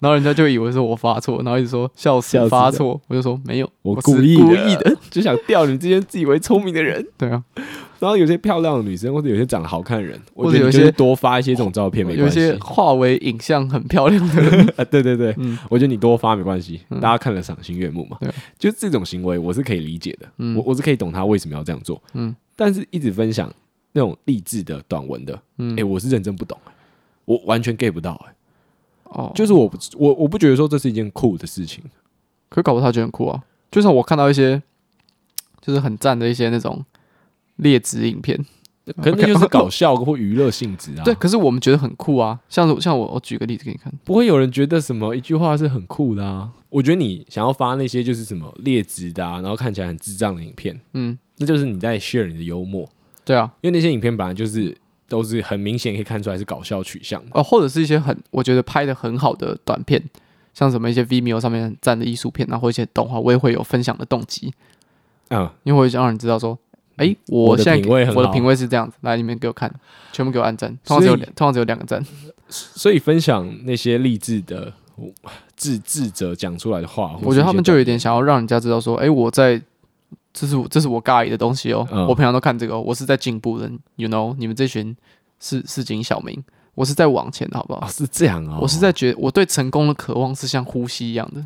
A: 然后人家就以为是我发错，然后一直说笑
B: 笑
A: 死
B: 死
A: 发
B: 的
A: 错，我就说没有，
B: 我
A: 是
B: 故意
A: 故
B: 故
A: 意的，
B: 的， [laughs] 就想钓你这些自以为聪明的人。
A: 对啊，
B: 然后有些漂亮的女生，或者有些长得好看的人，
A: 或者
B: 我觉得
A: 有
B: 你就
A: 些
B: 是多发一些这种照片没
A: 有一
B: 关系。
A: 些化为影像很漂亮的
B: [laughs]
A: 人，
B: 啊，对对对，
A: 嗯
B: 我觉得你多发没关系，大家看了赏心悦目嘛。
A: 对
B: 就这种行为我是可以理解的，
A: 嗯
B: 我我是可以懂他为什么要这样做。
A: 嗯
B: 但是一直分享那种励志的短文的，
A: 嗯
B: 哎、我是认真不懂、欸我完全 get 不到、欸，
A: 哦，就
B: 就是我不我我不觉得说这是一件酷的事情。
A: 可搞不好他觉得很酷啊，就像我看到一些就是很赞的一些那种劣质影片，
B: 可能那就是搞笑或娱乐性质
A: [laughs]
B: 啊，
A: 对，，可是我们觉得很酷啊，像是像我我举个例子给你看，
B: 不会有人觉得什么一句话是很酷的啊。我觉得你想要发那些就是什么劣质的啊，然后看起来很智障的影片，
A: 嗯，
B: 那就是你在 share 你的幽默，
A: 对啊，
B: 因为那些影片本来就是都是很明显可以看出来是搞笑取向的。
A: 哦，或者是一些很我觉得拍的很好的短片，像什么一些 Vimeo 上面很赞的艺术片啊，或一些动画，我也会有分享的动机，
B: 嗯，
A: 因为我会想让人知道说，哎、
B: 我的
A: 现在
B: 品味很
A: 我的
B: 好
A: 品味是这样子，来你们给我看，全部给我按赞，通常只有
B: 所以
A: 两通常只有两个赞，
B: 所以分享那些励志的智智者讲出来的话，
A: 我觉得他们就
B: 有
A: 有点想要让人家知道说，哎、我在。这是我这是我尬意的东西哦，
B: 嗯
A: 我平常都看这个、哦，我是在进步的，you know，你们这群市市井小民，我是在往前的，好不好
B: 啊、？是这样哦，
A: 我是在觉得我对成功的渴望是像呼吸一样的，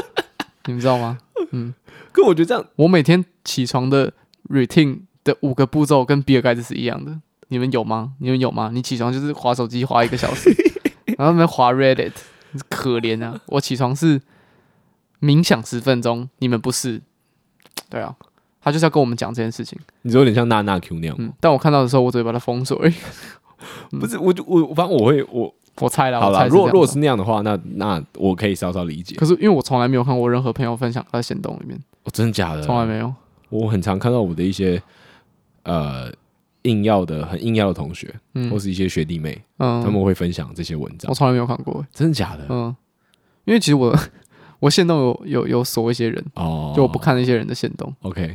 A: [laughs] 你们知道吗？
B: 可我觉得这样
A: 我每天起床的 routine 的五个步骤跟比尔盖茨是一样的，你们有吗？你们有吗？你起床就是划手机划一个小
B: [laughs]
A: 时，然后你们划 Reddit，可怜啊！我起床是冥想十分钟，你们不是？对啊，他就是要跟我们讲这件事情。
B: 你说有点像娜娜 Q 那样，
A: 嗯，但我看到的时候，我只会把它封锁而已。
B: 不是？我就我反正我会我
A: 我猜了，
B: 好
A: 嗯我猜
B: 啦，
A: 是
B: 如果
A: 这样
B: 如果
A: 子
B: 是那样的话，那那我可以稍稍理解。
A: 可是因为我从来没有看过任何朋友分享他的行动里面，
B: 哦、真的假的？
A: 从来没有。
B: 我很常看到我的一些呃硬要的很硬要的同学，
A: 嗯
B: 或是一些学弟妹，他
A: 嗯，
B: 们会分享这些文章
A: 我。从来没有看过。欸
B: 真的假的？
A: 嗯，因为其实我我现动有有有锁一些人，
B: 哦，
A: 嗯就我不看那些人的限动，
B: OK。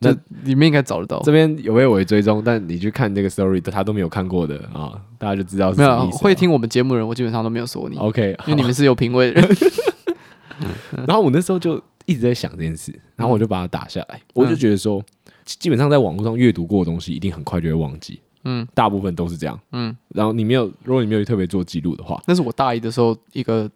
A: 就
B: 那
A: 里面应该找得到。
B: 这边有被我追踪，但你去看这个 story，他都没有看过的啊，大家就知道是
A: 没
B: 什
A: 有
B: 么
A: 啊
B: 意思了。
A: 会听我们节目的人，我基本上都没有锁你，
B: OK，
A: 因为你们是有品味的
B: [laughs]
A: 人。
B: 好然后我那时候就一直在想这件事，然后我就把它打下来，我就觉得说，基本上在网络上阅读过的东西，一定很快就会忘记，
A: 嗯，
B: 大部分都是这样，
A: 嗯，
B: 然后你没有，如果你没有特别做记录的话，
A: 那是我大一的时候一个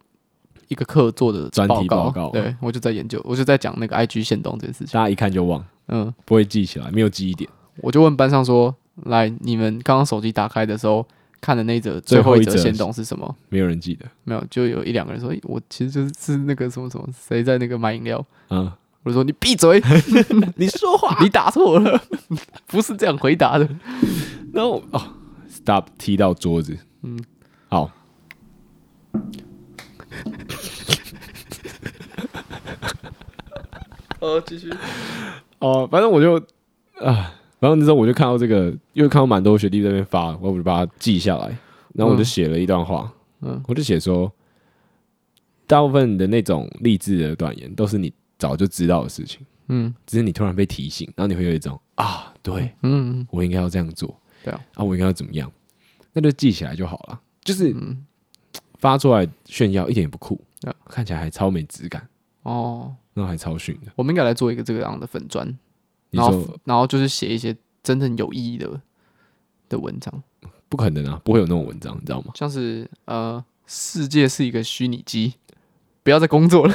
A: 一个课做的
B: 专题
A: 报
B: 报告嗯
A: 对我就在研究，我就在讲那个 IG 限动这件事情。
B: 大家一看就忘，
A: 嗯，
B: 不会记起来，没有记忆点。
A: 我就问班上说，来，你们刚刚手机打开的时候看的那则
B: 最
A: 最后
B: 后一
A: 则
B: 则
A: 限动是什么？
B: 没有人记得，
A: 没有，就有一两个人说，诶哎我其实就是是那个什么什么，谁在那个买饮料？
B: 啊、
A: 我就说你闭嘴， [laughs]
B: 你说话，
A: 你打错了， [laughs] 不是这样回答的。
B: 然后哦，stop 踢到桌子，嗯，好，
A: 哦，继续。
B: 哦，反正我就啊，然后那时候我就看到这个，因为看到蛮多学弟在那边发，然后我就把它记下来，然后我就写了一段话，
A: 嗯
B: 我就写说，大部分的那种励志的短言都是你早就知道的事情，
A: 嗯
B: 只是你突然被提醒，然后你会有一种啊，对
A: 嗯
B: 我应该要这样做，
A: 对啊，
B: 我应该要怎么样，那就记起来就好了，就是
A: 嗯，
B: 发出来炫耀一点也不酷
A: 啊，
B: 看起来还超没质感，
A: 哦，
B: 然后还超逊的，
A: 我们应该来做一个这个样的粉砖，
B: 你
A: 然
B: 说
A: 后然后就是写一些真正有意义的的文章，
B: 不可能啊，不会有那种文章，你知道吗？
A: 像是 [laughs] 呃，世界是一个虚拟机，不要再工作了，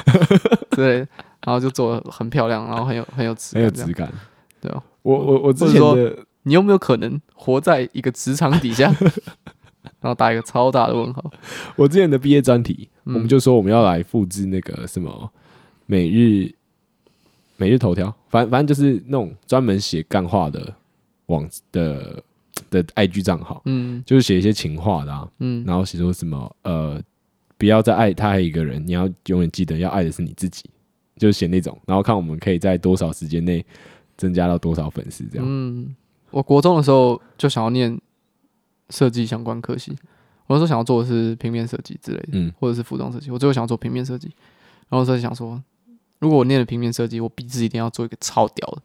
A: 对，然后就做的很漂亮，然后很有很有质
B: 很有
A: 感这样。
B: 质感。
A: 对啊，
B: 我我我之前
A: 或
B: 的
A: 你有没有可能活在一个职场底下？然后打一个超大的问号。
B: 我之前的毕业专题，
A: 嗯
B: 我们就说我们要来复制那个什么每日每日头条，反反正就是那种专门写干话的网的的 IG 账号，
A: 嗯
B: 就是写一些情话的、啊，
A: 嗯
B: 然后写说什么呃，不要再爱他一个人，你要永远记得要爱的是你自己，就是写那种，然后看我们可以在多少时间内增加到多少粉丝这样。
A: 嗯，我国中的时候就想要念设计相关科系，我那时候想要做的是平面设计之类的，
B: 嗯
A: 或者是服装设计。我最后想要做平面设计，然后设计想说，如果我念了平面设计，我必志一定要做一个超屌的，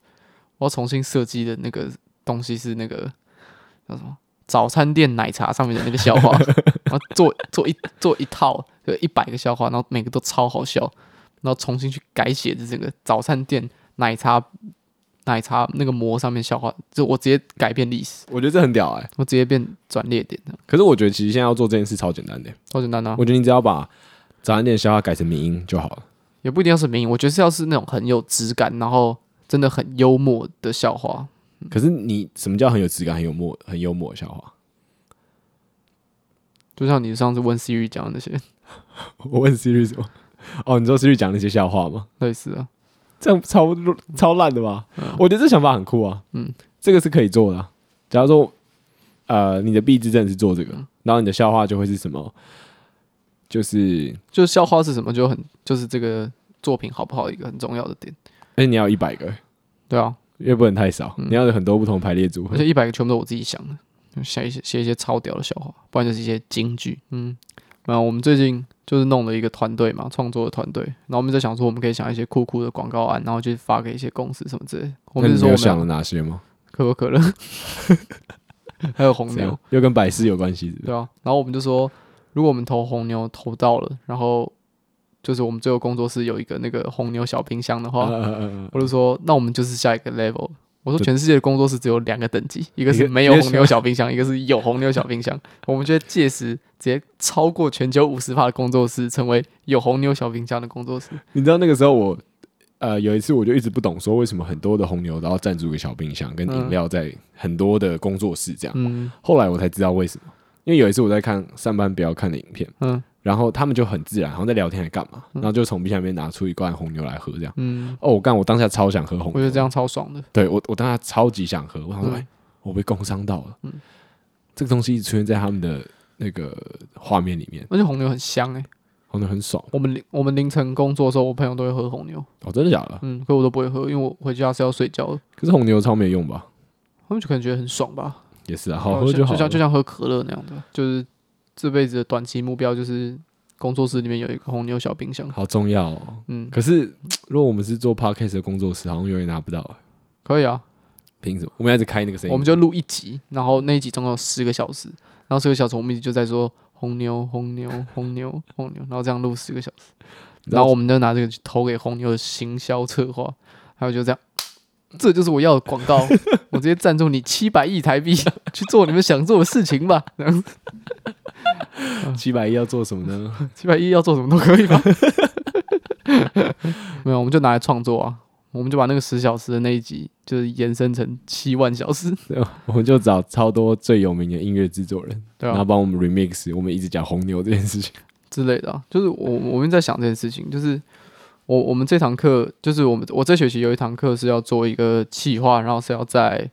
A: 我要重新设计的那个东西是那个叫什么？早餐店奶茶上面的那个笑话，然后做做一做一套，就一百个笑话，然后每个都超好笑，然后重新去改写的这个早餐店奶茶奶茶那个膜上面笑话，就我直接改变历史，
B: 我觉得这很屌哎、
A: 我直接变转列点的，
B: 可是我觉得其实现在要做这件事超简单的、欸
A: 超简单啊！
B: 我觉得你只要把早餐店的笑话改成民音就好了。
A: 也不一定要是名，我觉得是要是那种很有质感，然后真的很幽默的笑话，
B: 可是你什么叫很有质感、很幽默、很幽默的笑话？
A: 就像你上次问 Siri 讲的那些
B: [laughs]
A: [laughs]
B: 我问 Siri 什么？ [laughs] 哦，你说 Siri 讲那些笑话吗？
A: 类似啊，
B: 这样超超烂的吧？我觉得这想法很酷啊。
A: 嗯
B: 嗯，这个是可以做的啊、假如说，呃，你的壁纸真的是做这个，然后你的笑话就会是什么？就是，
A: 就是笑话是什么就很就是这个作品好不好一个很重要的点，
B: 哎、你要一百个，
A: 对啊，
B: 因为不能太少，你要有很多不同排列组合
A: 而。且一百个全部都我自己想的，就写一些写一些超屌的笑话，不然就是一些金句。嗯，然后我们最近就是弄了一个团队嘛，创作的团队，然后我们在想说我们可以想一些酷酷的广告案，然后去发给一些公司什么之类的。我
B: 那
A: 们
B: 你
A: 是说
B: 有
A: 我
B: 想
A: 们
B: 了哪些吗？
A: 可口可乐， [laughs] 还有红
B: 这
A: 牛
B: 样，又跟百事有关系是不是。
A: 对啊。然后我们就说，如果我们投红牛投到了，然后就是我们最后工作室有一个那个红牛小冰箱的话，
B: 呃呃呃呃
A: 我就说，那我们就是下一个 level 了。我说，
B: 对
A: 全世界的工作室只有两个等级，一个是没有红牛小冰箱，一个是有红牛小冰箱。我们觉得届时直接超过全球五十趴的工作室，成为有红牛小冰箱的工作室。
B: 你知道那个时候我，呃，有一次我就一直不懂说为什么很多的红牛然后赞助个小冰箱跟饮料在很多的工作室这样，
A: 嗯
B: 后来我才知道为什么，因为有一次我在看上班不要看的影片，
A: 嗯
B: 然后他们就很自然，好像在聊天还干嘛，然后就从冰箱里面拿出一罐红牛来喝这样。
A: 嗯，
B: 哦，我干，我当下超想喝红
A: 我觉
B: 牛
A: 得，这样超爽的。
B: 对我我当下超级想喝，我想说，
A: 嗯
B: 哎、我被工伤到了，这个东西一直出现在他们的那个画面里面，
A: 而且红牛很香哎、
B: 红牛很爽，
A: 我们凌我们凌晨工作的时候，我朋友都会喝红牛，
B: 哦，真的假的？
A: 嗯，可我都不会喝，因为我回家是要睡觉的。
B: 可是红牛超没用吧？
A: 他们就可能觉得很爽吧，
B: 也是啊，好喝
A: 哦就
B: 好
A: 像就像就。像
B: 了
A: 喝可乐那样的，就是这辈子的短期目标就是工作室里面有一个红牛小冰箱。
B: 好重要哦。
A: 嗯，
B: 可是如果我们是做 podcast 的工作室，好像永远拿不到，
A: 可以啊，
B: 凭什么？我们要一直开那个声音，
A: 我们就录一集，然后那一集总共有十个小时，然后十个小时我们一直就在说红牛红
B: [laughs]
A: 牛红牛红牛，然后这样录十个小时，
B: 你知
A: 然
B: 道
A: 后我们就拿这个去投给红牛的行销策划，还有就这样，这就是我要的广
B: [laughs]
A: 告，我直接赞助你七百亿台币去做你们想做的事情吧，
B: 七百一要做什么呢？
A: 七百亿要做什么都可以吧？ [laughs] 没有，我们就拿来创作啊，我们就把那个十小时的那一集就是延伸成七万小时，
B: [laughs] 我们就找超多最有名的音乐制作人，
A: 对啊
B: 然后？帮我们 remix。我们一直讲红牛这件事情，
A: 之类的啊、就是我我们在想这件事情，就是我我们这堂课，就是我们我这学期有一堂课是要做一个企划，然后是要在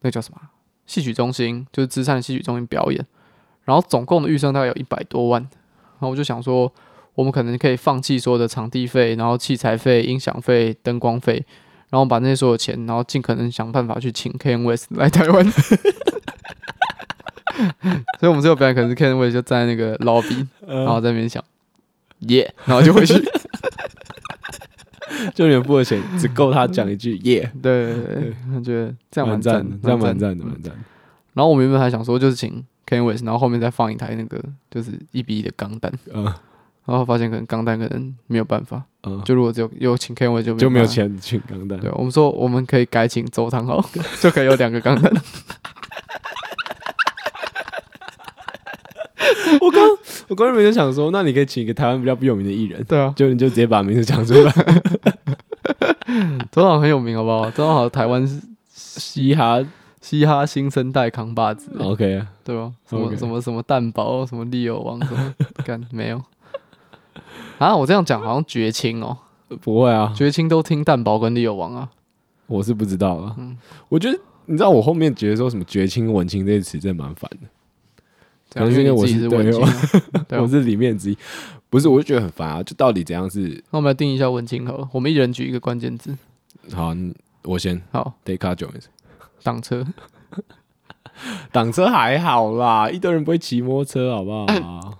A: 那个叫什么啊戏曲中心，就是资善戏曲中心表演，然后总共的预算大概有一百多万，然后我就想说，我们可能可以放弃所有的场地费，然后器材费、音响费、灯光费，然后把那些所有钱，然后尽可能想办法去请 Ken West 来台湾。 [laughs] 所以，我们最后表演可能是 Ken West 就在那个 lobby，然
B: 呃嗯
A: 后在那边想，耶，然后就
B: [laughs]
A: 回去。
B: 就你们付的钱只够他讲一句耶，
A: 对对对，我觉得这样蛮
B: 蛮
A: 赞
B: 的
A: 的，，
B: 这样蛮
A: 的。
B: 赞的，蛮赞的。
A: 然后我们原本还想说，就是请 Ken West，然后后面再放一台那个就是一比一的钢弹，
B: 嗯
A: 然后发现可能钢弹可能没有办法，
B: 嗯，
A: 就如果只有有请 Ken West 就
B: 就没有
A: 办法。
B: 钱请钢蛋。
A: 对，我们说我们可以改请周汤
B: [laughs]
A: 豪，就可以有两个钢弹。
B: 我刚我刚原本就想说，那你可以请一个台湾比较不有名的艺人，
A: 对啊，
B: 就你就直接把名字讲出来，
A: [laughs] 周董很有名，好不好？周董好像台湾是
B: 嘻哈
A: 嘻哈新生代扛把子，
B: OK 啊。
A: 对吧？什么
B: OK
A: 什么什么蛋堡，什么利友王，什么干没有？啊，我这样讲好像绝亲哦，
B: 不会啊，
A: 绝亲都听蛋堡跟利友王啊。
B: 我是不知道啊。
A: 嗯
B: 我觉得你知道，我后面觉得说什么“绝清文清”这些词真的蛮烦的。
A: 这样
B: 可能是因为
A: 你
B: 我
A: 自己
B: 是
A: 是
B: 对
A: 文青啊，对
B: 我
A: 啊。
B: 是里面之一，不是，我就觉得很烦啊。就到底怎样是
A: 那我们来定一下文青好了，我们一人举一个关键字。
B: 好？我先
A: 好，
B: Take Car Jones，
A: 挡车。
B: 挡车还好啦，一堆人不会骑摩托车，好不
A: [laughs]
B: 好、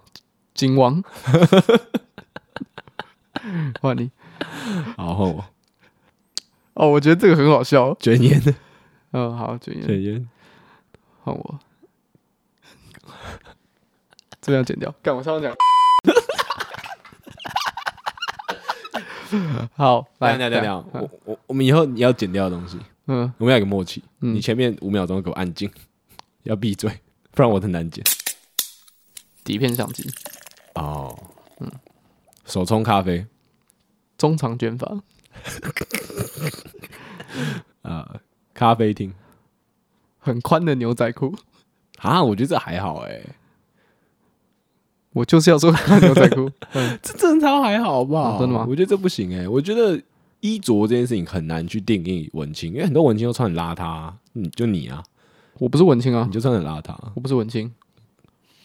A: 金王， [laughs] 换你
B: 好，换我
A: 哦，我觉得这个很好笑。哦
B: 卷烟，
A: 嗯，好，卷烟
B: 卷烟，
A: 换我， [laughs] 这样剪掉。干，我上讲。 [laughs] 好，来，
B: 等一下等一下等一下，
A: 嗯
B: 我我我们以后你要剪掉的东西，
A: 嗯，
B: 我们要有个默契，
A: 嗯
B: 你前面五秒钟给我安静，要闭嘴，不然我很难剪。
A: 底片相机，
B: 哦，嗯，手冲咖啡，
A: 中长卷发，
B: 呃，咖啡厅
A: 很宽的牛仔裤。
B: 啊，我觉得这还好哎、
A: 我就是要说宽牛仔裤。嗯
B: 这正超还好
A: 哦
B: 吧、
A: 真的吗
B: 我觉得这不行哎、我觉得衣着这件事情很难去定义文青，因为很多文青都穿很邋遢、啊，你就你啊，
A: 我不是文青啊
B: 你，就穿很邋遢、
A: 我不是文青。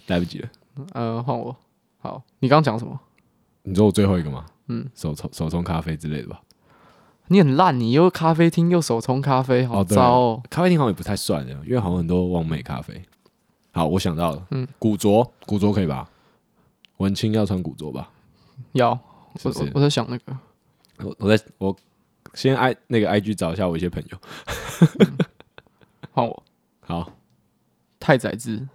B: 来不及了。
A: 呃，换我。好，你刚刚讲什么？
B: 你说我最后一个吗？
A: 嗯，
B: 手冲手冲咖啡之类的吧。
A: 你很烂，你又咖啡厅又手冲咖啡，好
B: 哦对
A: 糟哦。
B: 咖啡厅好像也不太算的，因为好像很多完美咖啡。好，我想到了，
A: 嗯，
B: 古着，古着可以吧？文青要穿古着吧？
A: 要，
B: 是
A: 我
B: 不是
A: 我我在想那个，
B: 我我在我先 i 那个 IG 找一下我一些朋友。
A: 换我
B: 好，
A: 太宰治，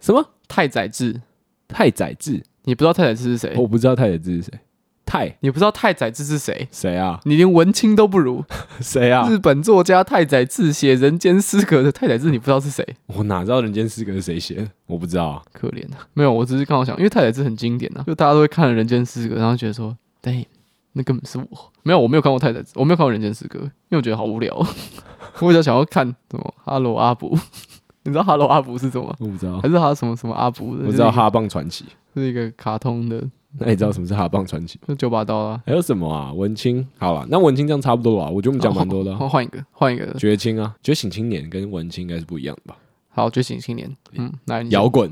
B: 什么
A: 太宰治，
B: 太宰治？
A: 你不知道太宰治是谁？
B: 我不知道太宰治是谁。太
A: 你不知道太宰治是谁？
B: 谁啊？
A: 你连文青都不如，
B: 谁啊？
A: 日本作家太宰治写《人间失格》的太宰治，你不知道是谁？
B: 我哪知道《人间失格》是谁写的？我不知道啊。
A: 可怜啊！没有，我只是刚好想，因为太宰治很经典啊，就大家都会看了《人间失格》，然后觉得说，对，那根本是我。没有，我没有看过太宰治，我没有看过《人间失格》，因为我觉得好无聊。 [laughs] 我比较想要看什么《哈喽阿布》， [laughs] 你知道《哈喽阿布》是什么吗？
B: 我不知道
A: 还，是他什么什么阿布的？
B: 我知道《哈棒传奇》。
A: 就是一个，是一个卡通的，
B: 那你知道什么是《哈棒传奇》？
A: 就九把刀啊。
B: 还有什么啊？文青，好了，那文青这样差不多了吧。我觉得我们讲蛮多的、
A: 好
B: 啊。
A: 哦换换一个，换一个。
B: [laughs] 绝青啊，觉醒青年跟文青应该是不一样的吧？
A: 好，觉醒青年，嗯，来，你
B: 摇滚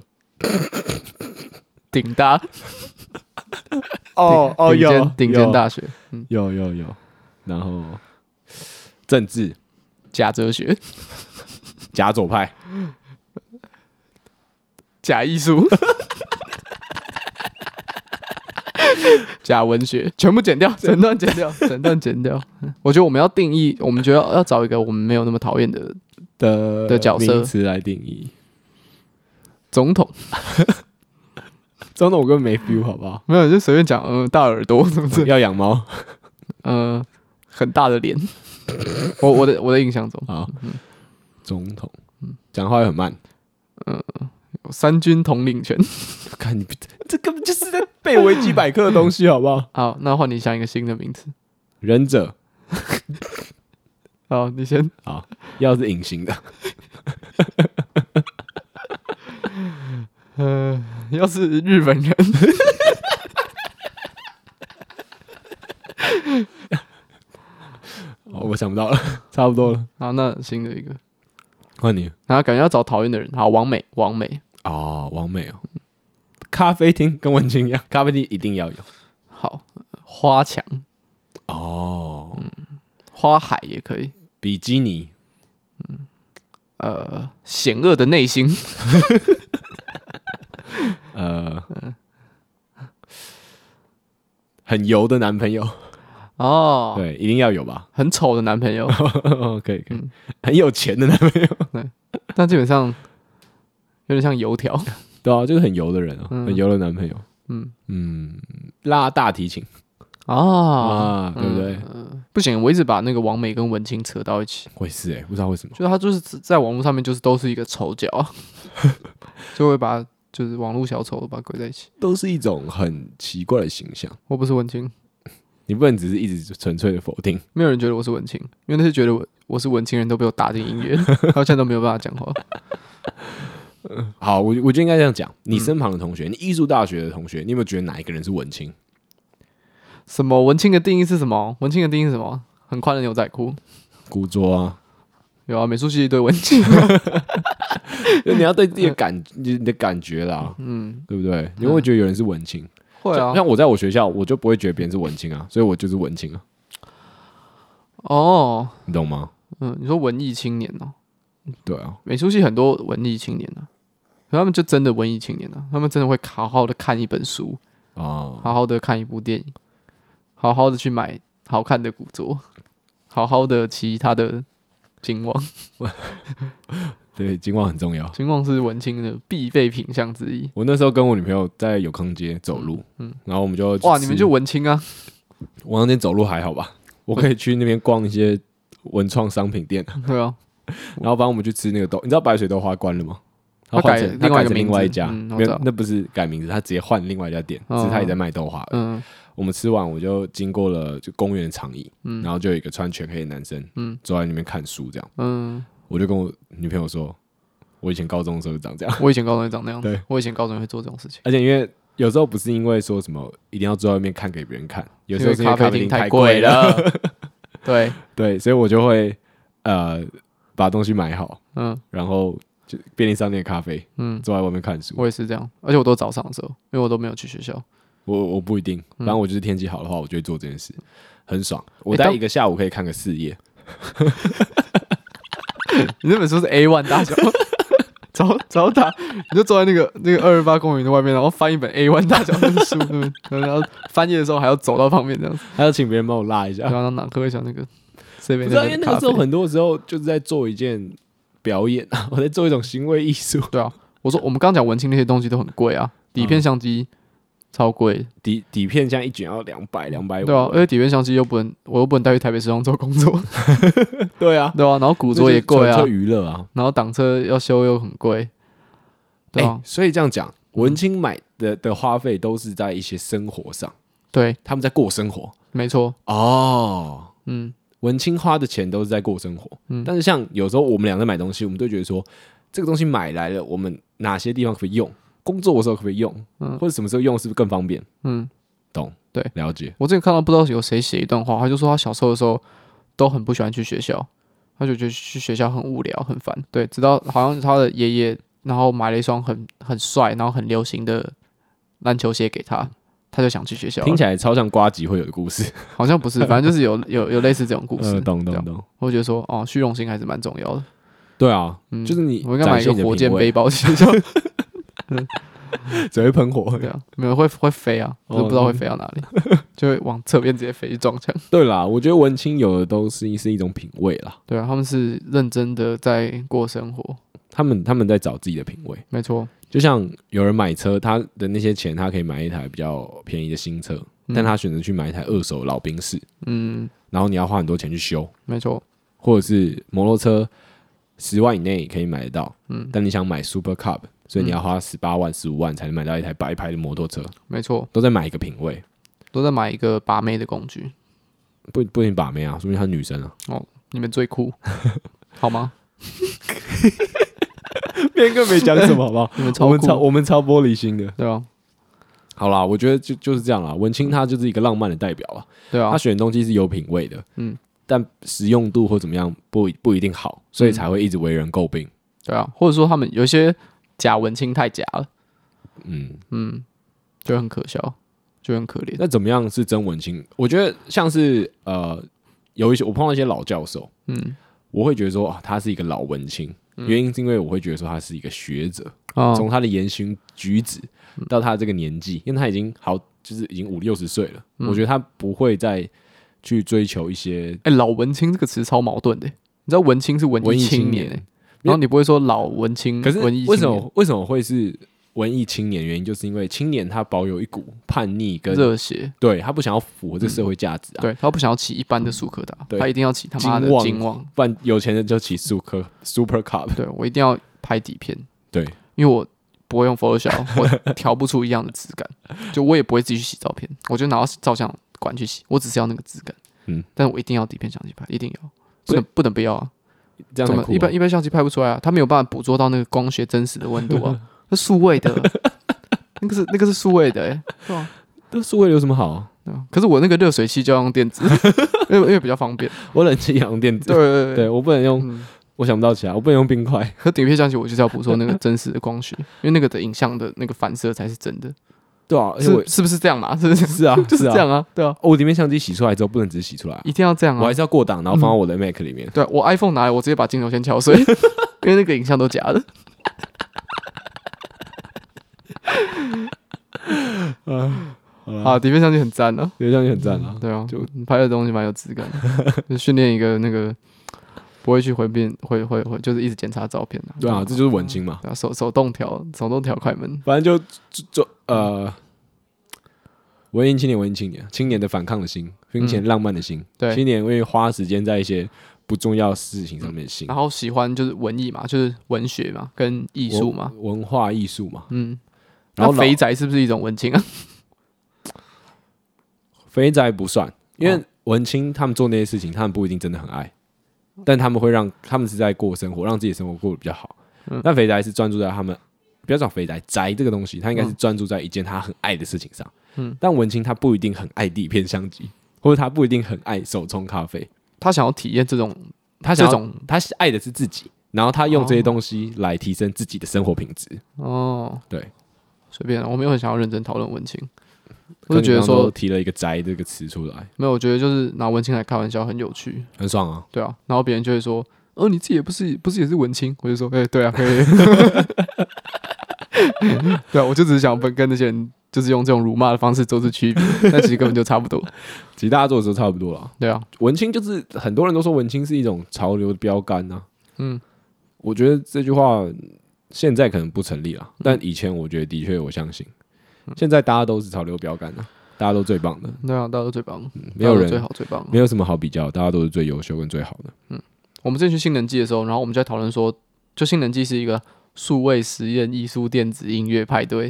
A: 顶大，
B: 哦
A: 顶尖顶尖大学，嗯，
B: 有有有，然后政治
A: 假哲学，
B: 假左派，
A: 假艺术，假文学，全部剪掉，整段剪掉，整段剪掉。嗯我觉得我们要定义，我们觉得要找一个我们没有那么讨厌的
B: 的
A: 的角色
B: 名词来定义。
A: 总统，
B: 真的我根本没 feel 好不 [laughs] 好？
A: 没有就随便讲，嗯、大耳朵什么之类
B: 要养猫
A: 呃，很大的脸。我我的我的印象中，
B: 好，总统讲话又很慢，
A: 三军统领权。
B: 看你这根本就是在背维基百科的东西好不好？
A: 好，那换你想一个新的名词。
B: [laughs] 忍者
A: 好，你先。
B: 啊，要是隐形的，
A: 呃，要是日本人，
B: 哦我想不到了， [laughs] 差不多了，
A: 好，那新的一个，
B: 嗯换你
A: 然后感觉要找讨厌的人。好，王美，王美，
B: 哦，王美哦，咖啡厅跟文青一样，咖啡厅一定要有
A: 好，花墙，
B: 哦，
A: 花海也可以。
B: 比基尼
A: 呃，险恶的内心，
B: 呃，很油的男朋友，
A: 哦，，
B: 对，一定要有 [laughs] 吧？
A: 很丑的男朋友，
B: 哦可以，可以
A: 嗯，
B: 很有钱的男朋友， [laughs]
A: 但基本上有点像油条。
B: 对啊，就是很油的人啊，
A: 嗯
B: 很油的男朋友，
A: 嗯，
B: 嗯，拉大提琴
A: 啊，
B: 啊，对不对？
A: 不行，我一直把那个王美跟文青扯到一起，
B: 会欸是哎，不知道为什么，
A: 就他就是在网络上面就是都是一个丑角，就会把就是网络小丑，把它归在一起。
B: 都是一种很奇怪的形象。
A: 我不是文青，
B: 你不能只是一直纯粹的否定。
A: 没有人觉得我是文青，因为那些觉得我我是文青人都被我打进音乐，他们现在都没有办法讲话。
B: 好，我我就应该这样讲。你
A: 嗯
B: 身旁的同学，你艺术大学的同学，你有没有觉得哪一个人是文青？
A: 什么文青的定义是什么？文青的定义是什么？很宽的牛仔裤。
B: 古着啊，
A: 有啊，美术系一堆文青，
B: 就你要对
A: 嗯
B: 自己的感，你的感觉啦，嗯，对不对？你会不会觉得有人是文青？
A: 会啊
B: 像，像我在我学校，我就不会觉得别人是文青啊，所以我就是文青啊，
A: 哦，
B: 你懂吗？
A: 嗯，你说文艺青年哦，
B: 对啊，
A: 美术系很多文艺青年啊，可他们就真的文艺青年啊，他们真的会好好的看一本书，
B: 啊，
A: 好好的看一部电影，好好的去买好看的古着，好好的骑他的金旺，
B: 对，金光很重要。
A: 金旺是文青的必备品项之一。
B: 我那时候跟我女朋友在永康街走路，嗯，然后我们就
A: 哇，
B: 吃
A: 你们就文青啊！
B: 永康街走路还好吧？我可以去那边逛一些文创商品店，
A: 对啊，
B: 然后帮我们去吃那个豆，你知道白水豆花关了吗？
A: 他
B: 换
A: 改
B: 成
A: 另
B: 他
A: 外一
B: 改
A: 个
B: 成
A: 名
B: 另外一
A: 字
B: 家，
A: 嗯我
B: 没
A: 知
B: 有
A: 道，
B: 那不是改名字，他直接换另外一家店，只
A: 嗯
B: 是他也在卖豆花。
A: 嗯，
B: 我们吃完，我就经过了就公园的长椅，然后就有一个穿全黑的男生，
A: 嗯
B: 坐在那边看书，这样，
A: 嗯，
B: 我就跟我女朋友说，我以前高中的时候就长这样， [laughs]
A: 我以前高中也长那样，
B: 对
A: 我以前高中也会做这种事情。
B: 而且因为有时候不是因为说什么一定要坐在外面看给别人看，有时候是因
A: 咖
B: 咖
A: 啡
B: 啡厅
A: 太
B: 贵
A: 贵，了，对，
B: [laughs] 对，所以我就会呃把东西买好，
A: [laughs] 嗯
B: 然后就便利商店的咖啡，
A: 嗯，
B: 坐在外面看书。
A: 我也是这样，而且我都早上的时候，因为我都没有去学校。
B: 我我不一定，反正我就是天气好的话，我就会做这件事，很爽。我
A: 诶
B: 待
A: 当
B: 一个下午可以看个四页，
A: 你那本书是 A one 大小， [laughs] 找找打，你就坐在那个那个二十八公园的外面，然后翻一本 A one 大小的书， [laughs] 对然后翻页的时候还要走到旁边这样子，
B: [laughs] 还要请别人帮我拉一下
A: 然。后让脑科一下那个这
B: 不
A: 边
B: 知道，因为那
A: 咖
B: 个时候
A: 啡。
B: 很多时候就是在做一件表演，啊 [laughs] 我在做一种行为艺术。
A: 对啊，我说我们刚刚讲文青那些东西都很贵啊，底
B: 嗯
A: 片相机超贵，
B: [laughs] 底底片这样一卷要两百两百五，
A: 对啊，而且底片相机又不能，我又不能带去台北市上做工作， [laughs]
B: 对啊，
A: 对啊，然后古着也贵
B: 那
A: 啊
B: 就是纯粹，娱乐啊。
A: 然后挡车要修又很贵，对啊
B: 哎，，所以这样讲，文青买的的花费都是在一些生活上，
A: 对，
B: 他们在过生活
A: 没错，
B: 哦。
A: 嗯，
B: 文青花的钱都是在过生活，
A: 嗯
B: 但是像有时候我们俩在买东西，我们都觉得说这个东西买来了，我们哪些地方可以用？工作的时候可不可以用？
A: 嗯
B: 或者什么时候用是不是更方便？
A: 嗯，
B: 懂？
A: 对，
B: 了解。
A: 我之前看到不知道有谁写一段话，他就说他小时候的时候都很不喜欢去学校，他就觉得去学校很无聊很烦。对，直到好像是他的爷爷，然后买了一双很很帅，然后很流行的篮球鞋给他，他就想去学校了。
B: 听起来超像瓜吉会有的故事。
A: 好像不
B: [laughs]
A: 是，反正就是有有有类似这种故事。
B: 呃懂
A: 这
B: 懂
A: 样
B: 懂。
A: 我觉得说哦，虚荣心还是蛮重要的。
B: 对啊，
A: 嗯
B: 就是你
A: 我应该买一个
B: 展现你的
A: 火箭
B: 品
A: 背
B: 味，
A: 包去学校，
B: 只会喷火
A: 对。啊，没有会会飞啊，我
B: 哦嗯
A: 都不知道会飞到哪里，
B: [laughs]
A: 就会往侧边直接飞去撞墙。
B: 对啦，我觉得文青有的都是是一种品味啦，
A: 对啊，他们是认真的在过生活，
B: 他们他们在找自己的品味。
A: 没错。
B: 就像有人买车，他的那些钱他可以买一台比较便宜的新车，
A: 嗯
B: 但他选择去买一台二手老兵式，
A: 嗯，
B: 然后你要花很多钱去修，
A: 没错，
B: 或者是摩托车十万以内可以买得到，
A: 嗯
B: 但你想买 Super Cup，所以你要花十八万、十五万才能买到一台白牌的摩托车，
A: 没错，
B: 都在买一个品味，
A: 都在买一个把妹的工具。
B: 不不仅把妹啊，说明她是女生啊，
A: 你们最酷，好吗？
B: [laughs] 边哥没讲什么，好不好？
A: 你们超
B: 我们
A: 酷，
B: [laughs] 超我们超玻璃心的，
A: 对啊，
B: 好啦，我觉得就就是这样啦。文青他就是一个浪漫的代表啊，
A: 对啊
B: 他，选的东西是有品味的，
A: 嗯，
B: 但实用度或怎么样不不一定好，所以才会一直为人诟病。
A: 对啊，或者说他们有一些假文青太假了，
B: 嗯，
A: 嗯，就很可笑，就很可怜。
B: 那怎么样是真文青？我觉得像是呃，有一些我碰到一些老教授，
A: 嗯，
B: 我会觉得说啊，他是一个老文青，原因是因为我会觉得说他是一个学者，从、
A: 哦，嗯
B: 他的言行举止到他这个年纪，因为他已经好就是已经五六十岁了，
A: 嗯
B: 我觉得他不会再去追求一些
A: 哎、老文青这个词超矛盾的，你知道文青是文
B: 文艺
A: 艺青
B: 年。
A: 年哎，然后你不会说老文青，
B: 可是
A: 文艺
B: 为
A: 青
B: 什
A: 年
B: 么为什么会是文艺青年？原因就是因为青年他保有一股叛逆跟
A: 热血？
B: 对他不想要符合这社会价值啊，
A: 对他不想要骑一般的速可达
B: 对，
A: 他一定要骑他妈的
B: 金旺
A: 金旺。
B: 不然有钱人就骑 super super cup，
A: 对我一定要拍底片，
B: 对，
A: 因为我不会用 Photoshop，我调不出一样的质
B: [laughs]
A: 感，就我也不会自己去洗照片，我就拿到照相馆去洗，我只是要那个质感，
B: 嗯，
A: 但我一定要底片相机拍，一定要，不
B: 所以
A: 能不能不要啊，
B: 这样
A: 怎
B: 才
A: 么
B: 酷
A: 一
B: 啊、
A: 般一般相机拍不出来啊？它没有办法捕捉到那个光学真实的温度
B: [laughs]
A: 啊，那数位的，那个是那个是数位的、
B: [laughs]
A: 欸，对啊
B: 这数位有什么好？ [laughs]
A: 对啊可是我那个热水器就要用电子，因为因为比较方便，
B: 我冷气用电
A: 对
B: 子，
A: 对对
B: 对我不能用，
A: 嗯
B: 我想不到其他，我不能用冰块。
A: [laughs] 可底片相机我就是要捕捉那个真实的光学，因为那个的影像的那个反射才是真的，
B: 对啊，而且
A: 是
B: 我
A: 是不是这样嘛？是不是？，
B: 是啊
A: [laughs] 就是
B: 啊
A: 这样啊，对啊，
B: 我里面相机洗出来之后，不能只洗出来啊，
A: 一定要这样
B: 我
A: 啊
B: 还！是要过档，然后放到我的 Mac 里面。
A: 对啊我 iPhone 拿来，我直接把镜头先敲碎， [laughs] 因为那个影像都假
B: [laughs]
A: 的。啊，底片相机很赞啊，
B: 对，这样就很赞啊。
A: 对啊，
B: 就
A: 你拍的东西蛮有质感的，就训练一个那个不会去回变，回回回，就是一直检查照片啊。
B: [laughs] 对啊，这就是文青嘛。
A: 对啊，手手动调，手动调快门，
B: 反正就做呃，文艺青年，文艺青年，青年的反抗的心，青年浪漫的心，
A: 嗯对
B: 青年会花时间在一些不重要的事情上面的心
A: 嗯然，后喜欢就是文艺嘛，就是文学嘛，跟艺术嘛，
B: 文文化艺术嘛。
A: 嗯。
B: 然后
A: 那
B: 老
A: 肥宅是不是一种文青啊？ [laughs]
B: 肥宅不算，因
A: 哦
B: 为文青他们做那些事情，他们不一定真的很爱，但他们会让他们是在过生活，让自己的生活过得比较好。
A: 嗯
B: 那肥宅是专注在他们，不要讲肥宅宅这个东西，他应该是专注在一件他很爱的事情上。
A: 嗯
B: 但文青他不一定很爱底片相机，或者他不一定很爱手冲咖啡，
A: 他想要体验这种
B: 他想要
A: 这种
B: 他是爱的是自己，然后他用这些东西来提升自己的生活品质。
A: 哦，
B: 对，
A: 随便啊，我没有很想要认真讨论文青，我就
B: 可
A: 是
B: 你
A: 觉得
B: 刚刚都
A: 说
B: 提了一个宅这个词出来，
A: 没有，我觉得就是拿文青来开玩笑很有趣，
B: 很爽啊。
A: 对啊，然后别人就会说，哦，你自己也不是不是也是文青，我就说，哎、对啊，可以， [laughs] 对啊，我就只是想跟跟那些人就是用这种辱骂的方式做出区别，但其实根本就差不多，
B: 其实大家做的时候差不多了。
A: 对啊，
B: 文青就是很多人都说文青是一种潮流的标杆呐、
A: 嗯，
B: 我觉得这句话现在可能不成立了，
A: 嗯
B: 但以前我觉得的确我相信。现在大家都是潮流标杆啊，大家都最棒的，
A: 对啊，大家都最棒，
B: 嗯没有
A: 大家都最
B: 人
A: 好最棒，
B: 没有什么好比较，大家都是最优秀跟最好的。
A: 我们之前去新能记的时候，然后我们就在讨论说，就新能记是一个数位实验艺术电子音乐派对，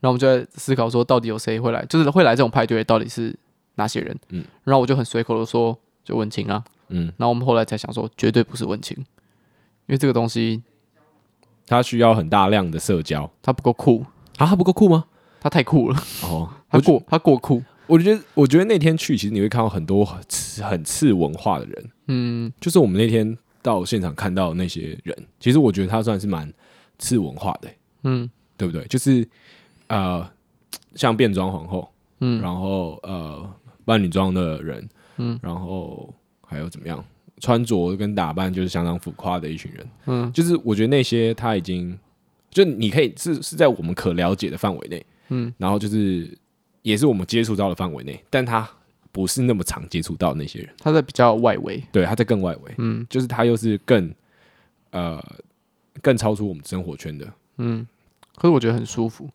A: 然后我们就在思考说，到底有谁会来，就是会来这种派对的到底是哪些人？
B: 嗯，
A: 然后我就很随口的说，就文青啊。
B: 嗯，
A: 然后我们后来才想说，绝对不是文青，因为这个东西
B: 他需要很大量的社交
A: 它不够酷，
B: 啊，他不够酷吗？
A: 它太酷了，
B: 哦，
A: 它
B: 我觉
A: 过它过酷。
B: 我觉得我觉得那天去，其实你会看到很多很次很次文化的人，
A: 嗯，
B: 就是我们那天到现场看到的那些人，其实我觉得他算是蛮次文化的欸、
A: 嗯
B: 对不对？就是呃，像变装皇后，
A: 嗯
B: 然后呃，扮女装的人，
A: 嗯，
B: 然后还有怎么样？穿着跟打扮就是相当浮夸的一群人，
A: 嗯
B: 就是我觉得那些他已经，就你可以是是在我们可了解的范围内，
A: 嗯，
B: 然后就是也是我们接触到的范围内，但他不是那么常接触到的那些人，
A: 它在比较外围。
B: 对，他在更外围，
A: 嗯
B: 就是他又是更呃更超出我们生活圈的，
A: 嗯，可是我觉得很舒服。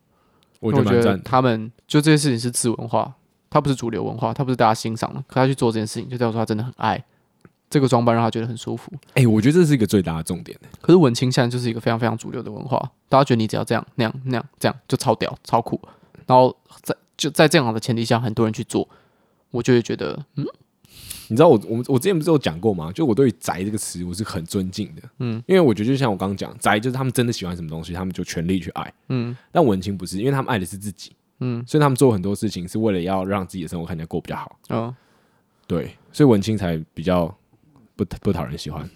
B: 我觉
A: 那
B: 得蛮赞的。
A: 他们就这些事情是次文化，它不是主流文化，它不是大家欣赏的。可他去做这件事情，就代表说他真的很爱这个装扮，让他觉得很舒服。
B: 哎、我觉得这是一个最大的重点、欸。
A: 可是文青现在就是一个非常非常主流的文化，大家觉得你只要这样那样那样这样就超屌超酷，然后在就在这样的前提下，很多人去做，我就会觉得嗯
B: 你知道我我们我之前不是有讲过吗？就我对于“宅”这个词我是很尊敬的，嗯，因为我觉得就像我刚刚讲，宅就是他们真的喜欢什么东西，他们就全力去爱。
A: 嗯
B: 但文青不是，因为他们爱的是自己，
A: 嗯
B: 所以他们做很多事情是为了要让自己的生活看起来过比较好。
A: 嗯
B: 对，所以文青才比较不不讨人喜欢。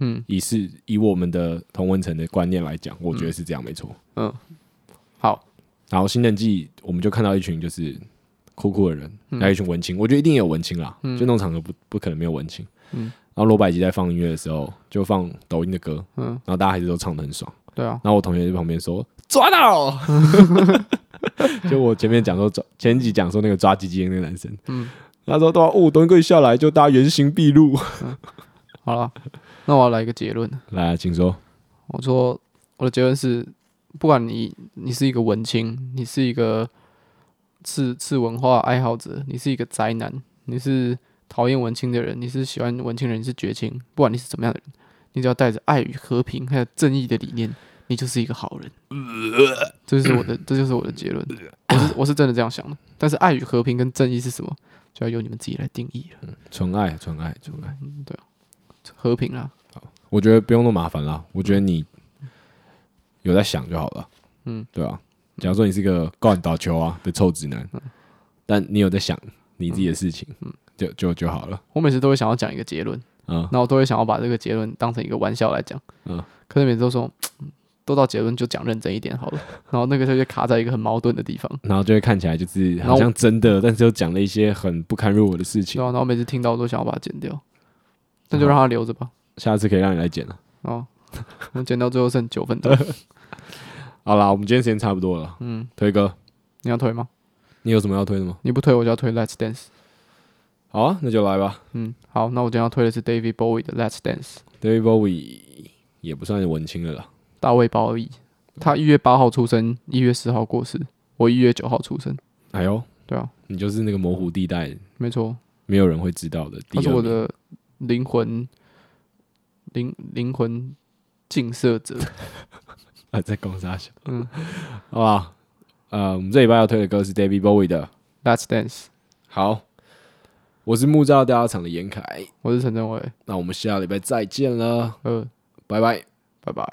A: 嗯，
B: 以是以我们的同文层的观念来讲，我觉得是这样，没错。
A: 嗯，好，
B: 然后《新人记》，我们就看到一群就是酷酷的人，
A: 嗯
B: 还有一群文青，我觉得一定也有文青啦，就那种场合不不可能没有文青。
A: 嗯
B: 然后罗百吉在放音乐的时候，就放抖音的歌，
A: 嗯
B: 然后大家还是都唱的很爽。
A: 对啊，
B: 然后我同学在旁
A: [laughs]
B: 边说抓到，就我前面讲说抓前几集讲说那个抓鸡鸡的那个男生，
A: 嗯
B: 他说对啊，哦，蹲跪下来就大家原形毕露。 [laughs]
A: 好了，那我要来一个结论，
B: 来、啊请说。
A: 我说我的结论是，不管你你是一个文青，你是一个次次文化爱好者，你是一个宅男，你是讨厌文青的人，你是喜欢文青的人，你是绝情，不管你是怎么样的人，你只要带着爱与和平还有正义的理念，你就是一个好人。这就是我的，这就是我的结论。我是我是真的这样想的。但是爱与和平跟正义是什么，就要由你们自己来定义了。
B: 纯爱，纯爱，纯爱。
A: 和平啦，
B: 我觉得不用那么麻烦啦，我觉得你有在想就好了。
A: 嗯，
B: 对啊。假如说你是个高尔打球啊的臭直男，
A: 嗯
B: 但你有在想你自己的事情，就就就好了。
A: 我每次都会想要讲一个结论，
B: 嗯，
A: 然后我都会想要把这个结论当成一个玩笑来讲。
B: 嗯，
A: 可是每次都说，嗯都到结论就讲认真一点好了。 [laughs] 然后那个就会卡在一个很矛盾的地方。
B: 然后就会看起来就是好像真的，但是又讲了一些很不堪入耳的事
A: 对
B: 情。
A: 啊，然后每次听到我都想要把它剪掉，那就让它留着吧。
B: 下次可以让你来剪了。啊
A: 哦，我剪到最后剩九分钟，
B: 好啦，我们今天时间差不多了。嗯，推哥，
A: 你要推吗？
B: 你有什么要推的吗？
A: 你不推我就要推 Let's Dance。
B: 好啊，那就来吧。
A: 嗯，好，那我今天要推的是 David Bowie 的 Let's Dance，
B: David Bowie 也不算文青了啦。
A: 大卫鲍伊。他一月八号出生，一月十号过世。我一月九号出生，
B: 哎呦，
A: 对啊，
B: 你就是那个模糊地带，
A: 没错，
B: 没有人会知道的。第
A: 他
B: 二
A: 是我
B: 名
A: 的灵魂灵灵魂近射者。
B: 啊， [laughs] 在攻沙小。
A: 嗯
B: 嗯， [laughs] 好吧。呃，我们这礼拜要推的歌是 David Bowie 的。
A: Let's Dance，
B: 好，我是木造雕厂的严凯。
A: 我是陈正伟，
B: 那我们下礼拜再见了，
A: 呃，
B: 拜拜。
A: 拜拜。